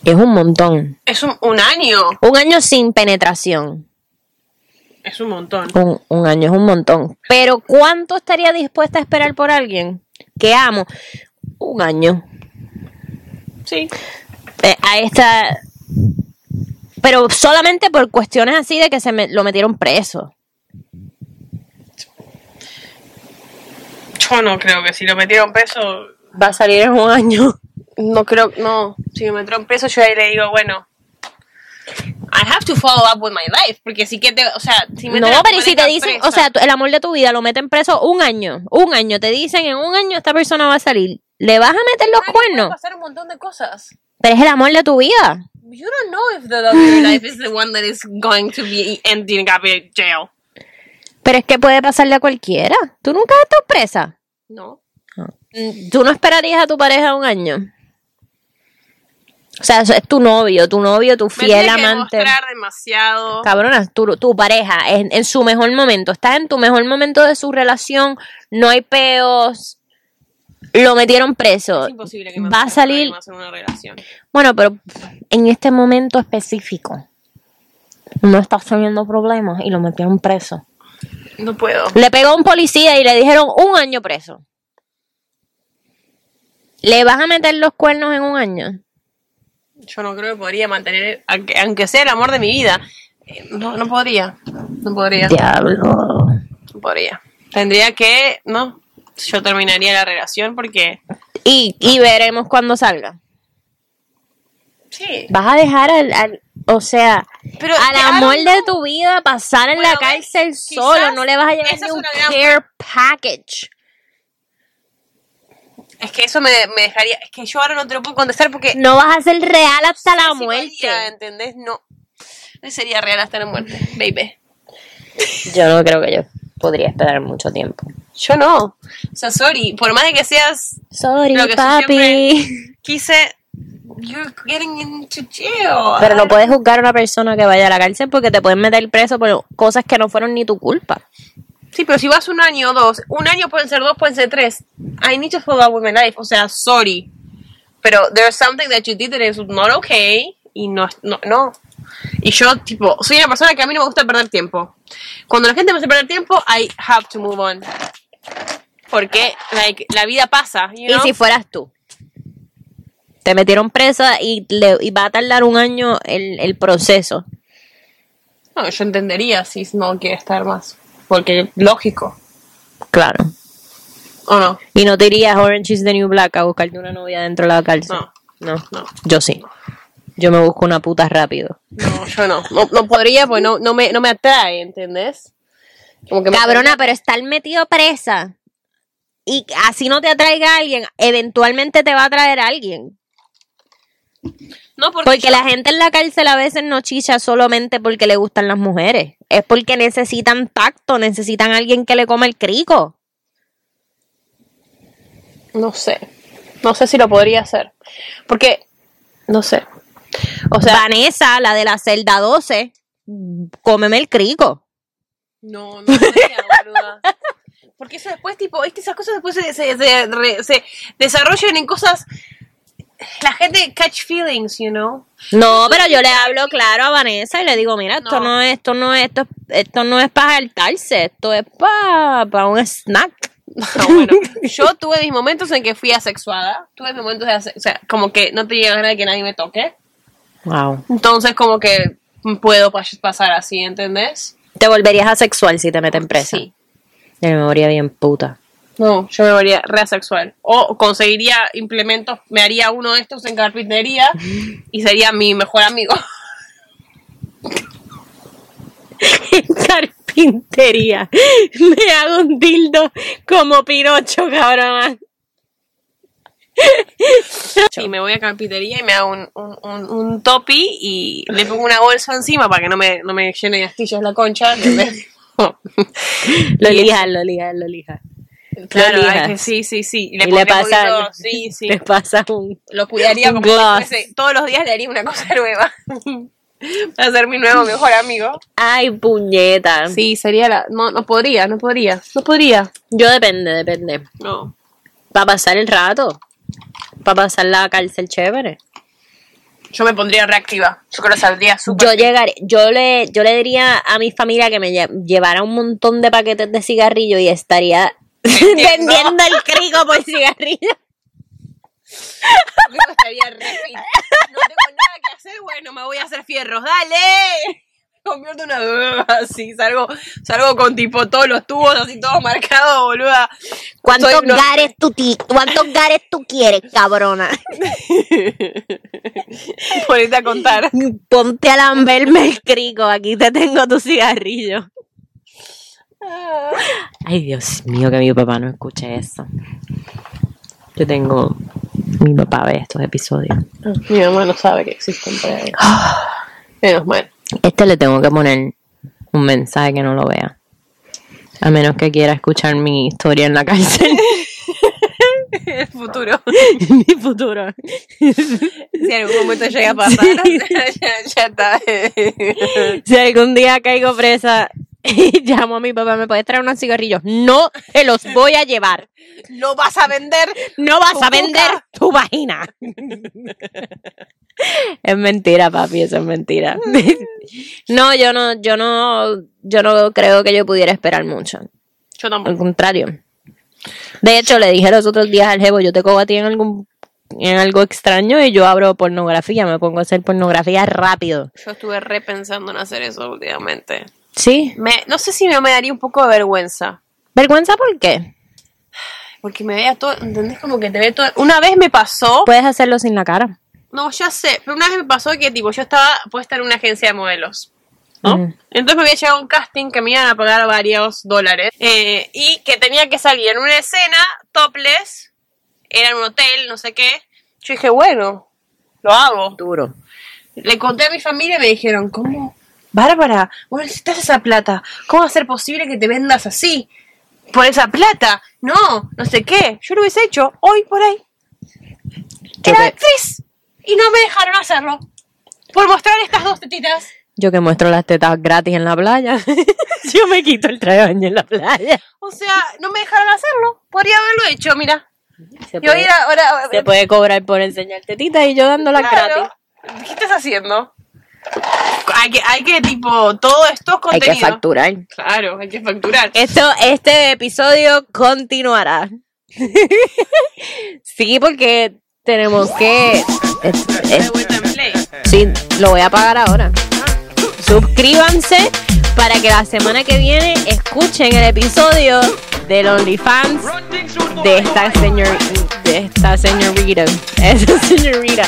[SPEAKER 1] Es un montón.
[SPEAKER 2] Es un, un año.
[SPEAKER 1] Un año sin penetración.
[SPEAKER 2] Es un montón.
[SPEAKER 1] Un, un año es un montón. Pero ¿cuánto estaría dispuesta a esperar por alguien que amo? Un año.
[SPEAKER 2] Sí.
[SPEAKER 1] Eh, a esta Pero solamente por cuestiones así de que se me- lo metieron preso.
[SPEAKER 2] Yo no creo que si lo metieron preso,
[SPEAKER 1] Va a salir en un año.
[SPEAKER 2] no creo, no. Si me metieron preso, yo ahí le digo, bueno. I have to follow up with my life, porque si que te, o sea, si
[SPEAKER 1] No,
[SPEAKER 2] meten a tu
[SPEAKER 1] pero y si
[SPEAKER 2] pareja
[SPEAKER 1] te dicen,
[SPEAKER 2] presa-
[SPEAKER 1] o sea, tu- el amor de tu vida lo meten preso un año, un año, te dicen en un año esta persona va a salir, ¿le vas a meter los
[SPEAKER 2] Ah, que puede
[SPEAKER 1] cuernos?
[SPEAKER 2] pasar un montón de cosas.
[SPEAKER 1] Pero es el amor de tu vida.
[SPEAKER 2] You don't know if the love of your life is the one that is going to be ending up in jail.
[SPEAKER 1] Pero es que puede pasarle a cualquiera. Tú nunca has estado presa.
[SPEAKER 2] No.
[SPEAKER 1] Mm, Tú no esperarías a tu pareja un año. O sea, eso es tu novio, tu novio, tu
[SPEAKER 2] Me
[SPEAKER 1] fiel
[SPEAKER 2] tiene que
[SPEAKER 1] amante.
[SPEAKER 2] mostrar demasiado.
[SPEAKER 1] Cabrona, tu, tu pareja en, en su mejor momento, estás en tu mejor momento de su relación, no hay peos, lo metieron preso.
[SPEAKER 2] Es imposible que me
[SPEAKER 1] Va a
[SPEAKER 2] muestre
[SPEAKER 1] salir-
[SPEAKER 2] más en una relación.
[SPEAKER 1] Bueno, pero en este momento específico, no estás teniendo problemas y lo metieron preso.
[SPEAKER 2] No puedo.
[SPEAKER 1] Le pegó a un policía y le dijeron un año preso. ¿Le vas a meter los cuernos en un año?
[SPEAKER 2] Yo no creo que podría mantener, aunque, aunque sea el amor de mi vida. Eh, No, no podría. No podría.
[SPEAKER 1] Diablo.
[SPEAKER 2] No podría. Tendría que, no. Yo terminaría la relación porque.
[SPEAKER 1] Y, y veremos cuando salga.
[SPEAKER 2] Sí.
[SPEAKER 1] Vas a dejar al, al- o sea,
[SPEAKER 2] Pero
[SPEAKER 1] al
[SPEAKER 2] I don't
[SPEAKER 1] amor de
[SPEAKER 2] know.
[SPEAKER 1] tu vida pasar en la
[SPEAKER 2] Bueno,
[SPEAKER 1] cárcel
[SPEAKER 2] ves,
[SPEAKER 1] solo,
[SPEAKER 2] quizás
[SPEAKER 1] no le vas a llevar
[SPEAKER 2] esa
[SPEAKER 1] ni
[SPEAKER 2] es
[SPEAKER 1] un
[SPEAKER 2] una gran-
[SPEAKER 1] care package.
[SPEAKER 2] Es que eso me, me dejaría. Es que yo ahora no te lo puedo contestar porque.
[SPEAKER 1] No vas a ser real hasta la
[SPEAKER 2] Sí, sí valía,
[SPEAKER 1] muerte.
[SPEAKER 2] ¿Entendés? No. No sería real hasta la muerte, baby.
[SPEAKER 1] Yo no creo que yo podría esperar mucho tiempo.
[SPEAKER 2] Yo no. O sea, sorry. Por más de que seas.
[SPEAKER 1] Sorry,
[SPEAKER 2] Lo que sí
[SPEAKER 1] papi.
[SPEAKER 2] Quise. You're getting into jail.
[SPEAKER 1] Pero no puedes juzgar a una persona que vaya a la cárcel porque te pueden meter preso por cosas que no fueron ni tu culpa.
[SPEAKER 2] Sí, pero si vas un año o dos, un año pueden ser dos, pueden ser tres. I need to follow up with my life. O sea, sorry. Pero there's something that you did that is not okay. Y no, no, no. Y yo, tipo, soy una persona que a mí no me gusta perder tiempo. Cuando la gente me hace perder tiempo, I have to move on. Porque, like, la vida pasa, you
[SPEAKER 1] Y
[SPEAKER 2] know?
[SPEAKER 1] si fueras tú. Te metieron presa y, le- y va a tardar un año el, el proceso.
[SPEAKER 2] No, yo entendería si no quiere estar más. Porque, lógico.
[SPEAKER 1] Claro.
[SPEAKER 2] ¿O no?
[SPEAKER 1] Y no te irías a Orange is the New Black a buscarte una novia dentro de la cárcel. No.
[SPEAKER 2] No. No.
[SPEAKER 1] Yo sí. Yo me busco una puta rápido.
[SPEAKER 2] No, yo no. No, no podría, pues no, no, me, no me atrae, ¿entendés? Como que me-
[SPEAKER 1] Cabrona, pero estar metido presa y así no te atraiga a alguien, eventualmente te va a atraer a alguien.
[SPEAKER 2] No, porque,
[SPEAKER 1] Porque la gente en la cárcel a veces no chicha solamente porque le gustan las mujeres. Es porque necesitan tacto, necesitan a alguien que le coma el crico.
[SPEAKER 2] No sé. No sé si lo podría hacer. Porque, no sé.
[SPEAKER 1] O sea, Vanessa, la de la celda 12, cómeme el crico.
[SPEAKER 2] No, no podría, boluda. Porque eso después, tipo, es que esas cosas después se, se- se re- se desarrollan en cosas... La gente catch feelings, you know.
[SPEAKER 1] No, pero yo le hablo claro a Vanessa y le digo, mira, esto
[SPEAKER 2] No.
[SPEAKER 1] no, es, esto no es, esto, es- esto no es para saltarse, esto es para un snack.
[SPEAKER 2] No, bueno, yo tuve mis momentos en que fui asexuada. Tuve mis momentos de... ase- O sea, como que no tenía ganas de que nadie me toque.
[SPEAKER 1] Wow.
[SPEAKER 2] Entonces, como que puedo pas- pasar así, ¿entendés?
[SPEAKER 1] Te volverías asexual si te meten presa.
[SPEAKER 2] Sí.
[SPEAKER 1] De memoria bien puta.
[SPEAKER 2] No, yo me volvería reasexual. O conseguiría implementos, me haría uno de estos en carpintería y sería mi mejor amigo.
[SPEAKER 1] Carpintería. Me hago un dildo como Pinocho, cabrón.
[SPEAKER 2] Y me voy a carpintería y me hago un, un, un- un topi y le pongo una bolsa encima para que no me, no me llene de astillas la concha. ¿entendés?
[SPEAKER 1] Lo lijas, lo lijas, lo lijas.
[SPEAKER 2] claro,
[SPEAKER 1] Lo
[SPEAKER 2] hay
[SPEAKER 1] lijas.
[SPEAKER 2] que sí, sí, sí. Y
[SPEAKER 1] Y le
[SPEAKER 2] le, pondría un
[SPEAKER 1] pasan-
[SPEAKER 2] poquito- sí, sí.
[SPEAKER 1] Te pasas un...
[SPEAKER 2] Lo cuidaría
[SPEAKER 1] un
[SPEAKER 2] como si
[SPEAKER 1] gloss.
[SPEAKER 2] fuese- todos los días le haría una cosa nueva. para ser mi nuevo mejor amigo.
[SPEAKER 1] Ay, puñeta.
[SPEAKER 2] Sí, sería la. No, no podría, no podría. No podría.
[SPEAKER 1] Yo depende, depende.
[SPEAKER 2] No.
[SPEAKER 1] Para pasar el rato. Para pasar la cárcel chévere.
[SPEAKER 2] Yo me pondría reactiva. Yo creo que saldría súper.
[SPEAKER 1] Yo llegaré, yo le, yo le diría a mi familia que me lle- llevara un montón de paquetes de cigarrillos y estaría
[SPEAKER 2] Vendiendo.
[SPEAKER 1] vendiendo el crico por cigarrillo.
[SPEAKER 2] Yo estaría re fit. No tengo nada que hacer, bueno, bueno, me voy a hacer fierros, dale. Convierto una así, salgo, salgo con tipo todos los tubos así todos marcados, boluda.
[SPEAKER 4] ¿Cuántos
[SPEAKER 2] Soy una-
[SPEAKER 4] gares tú, ti- ¿Cuántos gares tú quieres, cabrona?
[SPEAKER 2] Ponete a contar.
[SPEAKER 1] Ponte a lamberme el crico, aquí te tengo tu cigarrillo. Ay, Dios mío, que mi papá no escuche eso. Yo tengo. Mi papá ve estos episodios.
[SPEAKER 2] Mi mamá no sabe que existen previos. Ah. Menos mal.
[SPEAKER 1] Este le tengo que poner un mensaje que no lo vea. A menos que quiera escuchar mi historia en la cárcel.
[SPEAKER 2] El futuro.
[SPEAKER 1] mi futuro.
[SPEAKER 2] Si en algún momento llega a pasar, ya, ya está.
[SPEAKER 1] si algún día caigo presa y llamo a mi papá, ¿me puedes traer unos cigarrillos? No te los voy a llevar.
[SPEAKER 2] Lo vas a vender.
[SPEAKER 1] No vas
[SPEAKER 2] Tu
[SPEAKER 1] a vender
[SPEAKER 2] boca.
[SPEAKER 1] tu vagina. es mentira, papi, eso es mentira. no, yo no, yo no, yo no creo que yo pudiera esperar mucho.
[SPEAKER 2] Yo
[SPEAKER 1] Al
[SPEAKER 2] tampoco.
[SPEAKER 1] contrario. De hecho, le dije los otros días al jevo, yo te cojo a ti en algún en algo extraño y yo abro pornografía, me pongo a hacer pornografía rápido.
[SPEAKER 2] Yo estuve repensando en hacer eso últimamente.
[SPEAKER 1] ¿Sí?
[SPEAKER 2] Me, no sé si me, me daría un poco de vergüenza.
[SPEAKER 1] ¿Vergüenza por qué?
[SPEAKER 2] Porque me vea todo, ¿entendés? Como que te ve todo. Una vez me pasó.
[SPEAKER 1] Puedes hacerlo sin la cara.
[SPEAKER 2] No, ya sé, pero una vez me pasó que tipo, yo estaba puesta en una agencia de modelos. ¿no?
[SPEAKER 1] Ujú.
[SPEAKER 2] Entonces me había llegado un casting que me iban a pagar varios dólares eh, y que tenía que salir en una escena topless, era en un hotel, no sé qué. Yo dije, bueno, lo hago.
[SPEAKER 1] Duro.
[SPEAKER 2] Le conté a mi familia y me dijeron, ¿cómo? Bárbara, vos necesitas esa plata. ¿Cómo va a ser posible que te vendas así? Por esa plata. No, no sé qué. Yo lo hubiese hecho hoy por ahí.
[SPEAKER 1] Yo
[SPEAKER 2] Era
[SPEAKER 1] que-
[SPEAKER 2] actriz. Y no me dejaron hacerlo. Por mostrar estas dos tetitas.
[SPEAKER 1] Yo que muestro las tetas gratis en la playa. yo me quito el traje de baño en la playa.
[SPEAKER 2] O sea, no me dejaron hacerlo. Podría haberlo hecho, mira.
[SPEAKER 1] Se
[SPEAKER 2] Y hoy
[SPEAKER 1] puede,
[SPEAKER 2] era, ahora. eh,
[SPEAKER 1] se puede cobrar por enseñar tetitas y yo dándolas
[SPEAKER 2] Claro.
[SPEAKER 1] gratis.
[SPEAKER 2] ¿Qué estás haciendo? Hay que, hay que tipo, todo esto es
[SPEAKER 1] Hay
[SPEAKER 2] contenido.
[SPEAKER 1] que facturar.
[SPEAKER 2] Claro, hay que facturar.
[SPEAKER 1] Esto, este episodio continuará. sí, porque tenemos que. es- es-
[SPEAKER 2] Vuelta en play.
[SPEAKER 1] sí, lo voy a pagar ahora. Suscríbanse para que la semana que viene escuchen el episodio del OnlyFans
[SPEAKER 3] Running soon,
[SPEAKER 1] de esta señor, de esta señorita, esa señorita.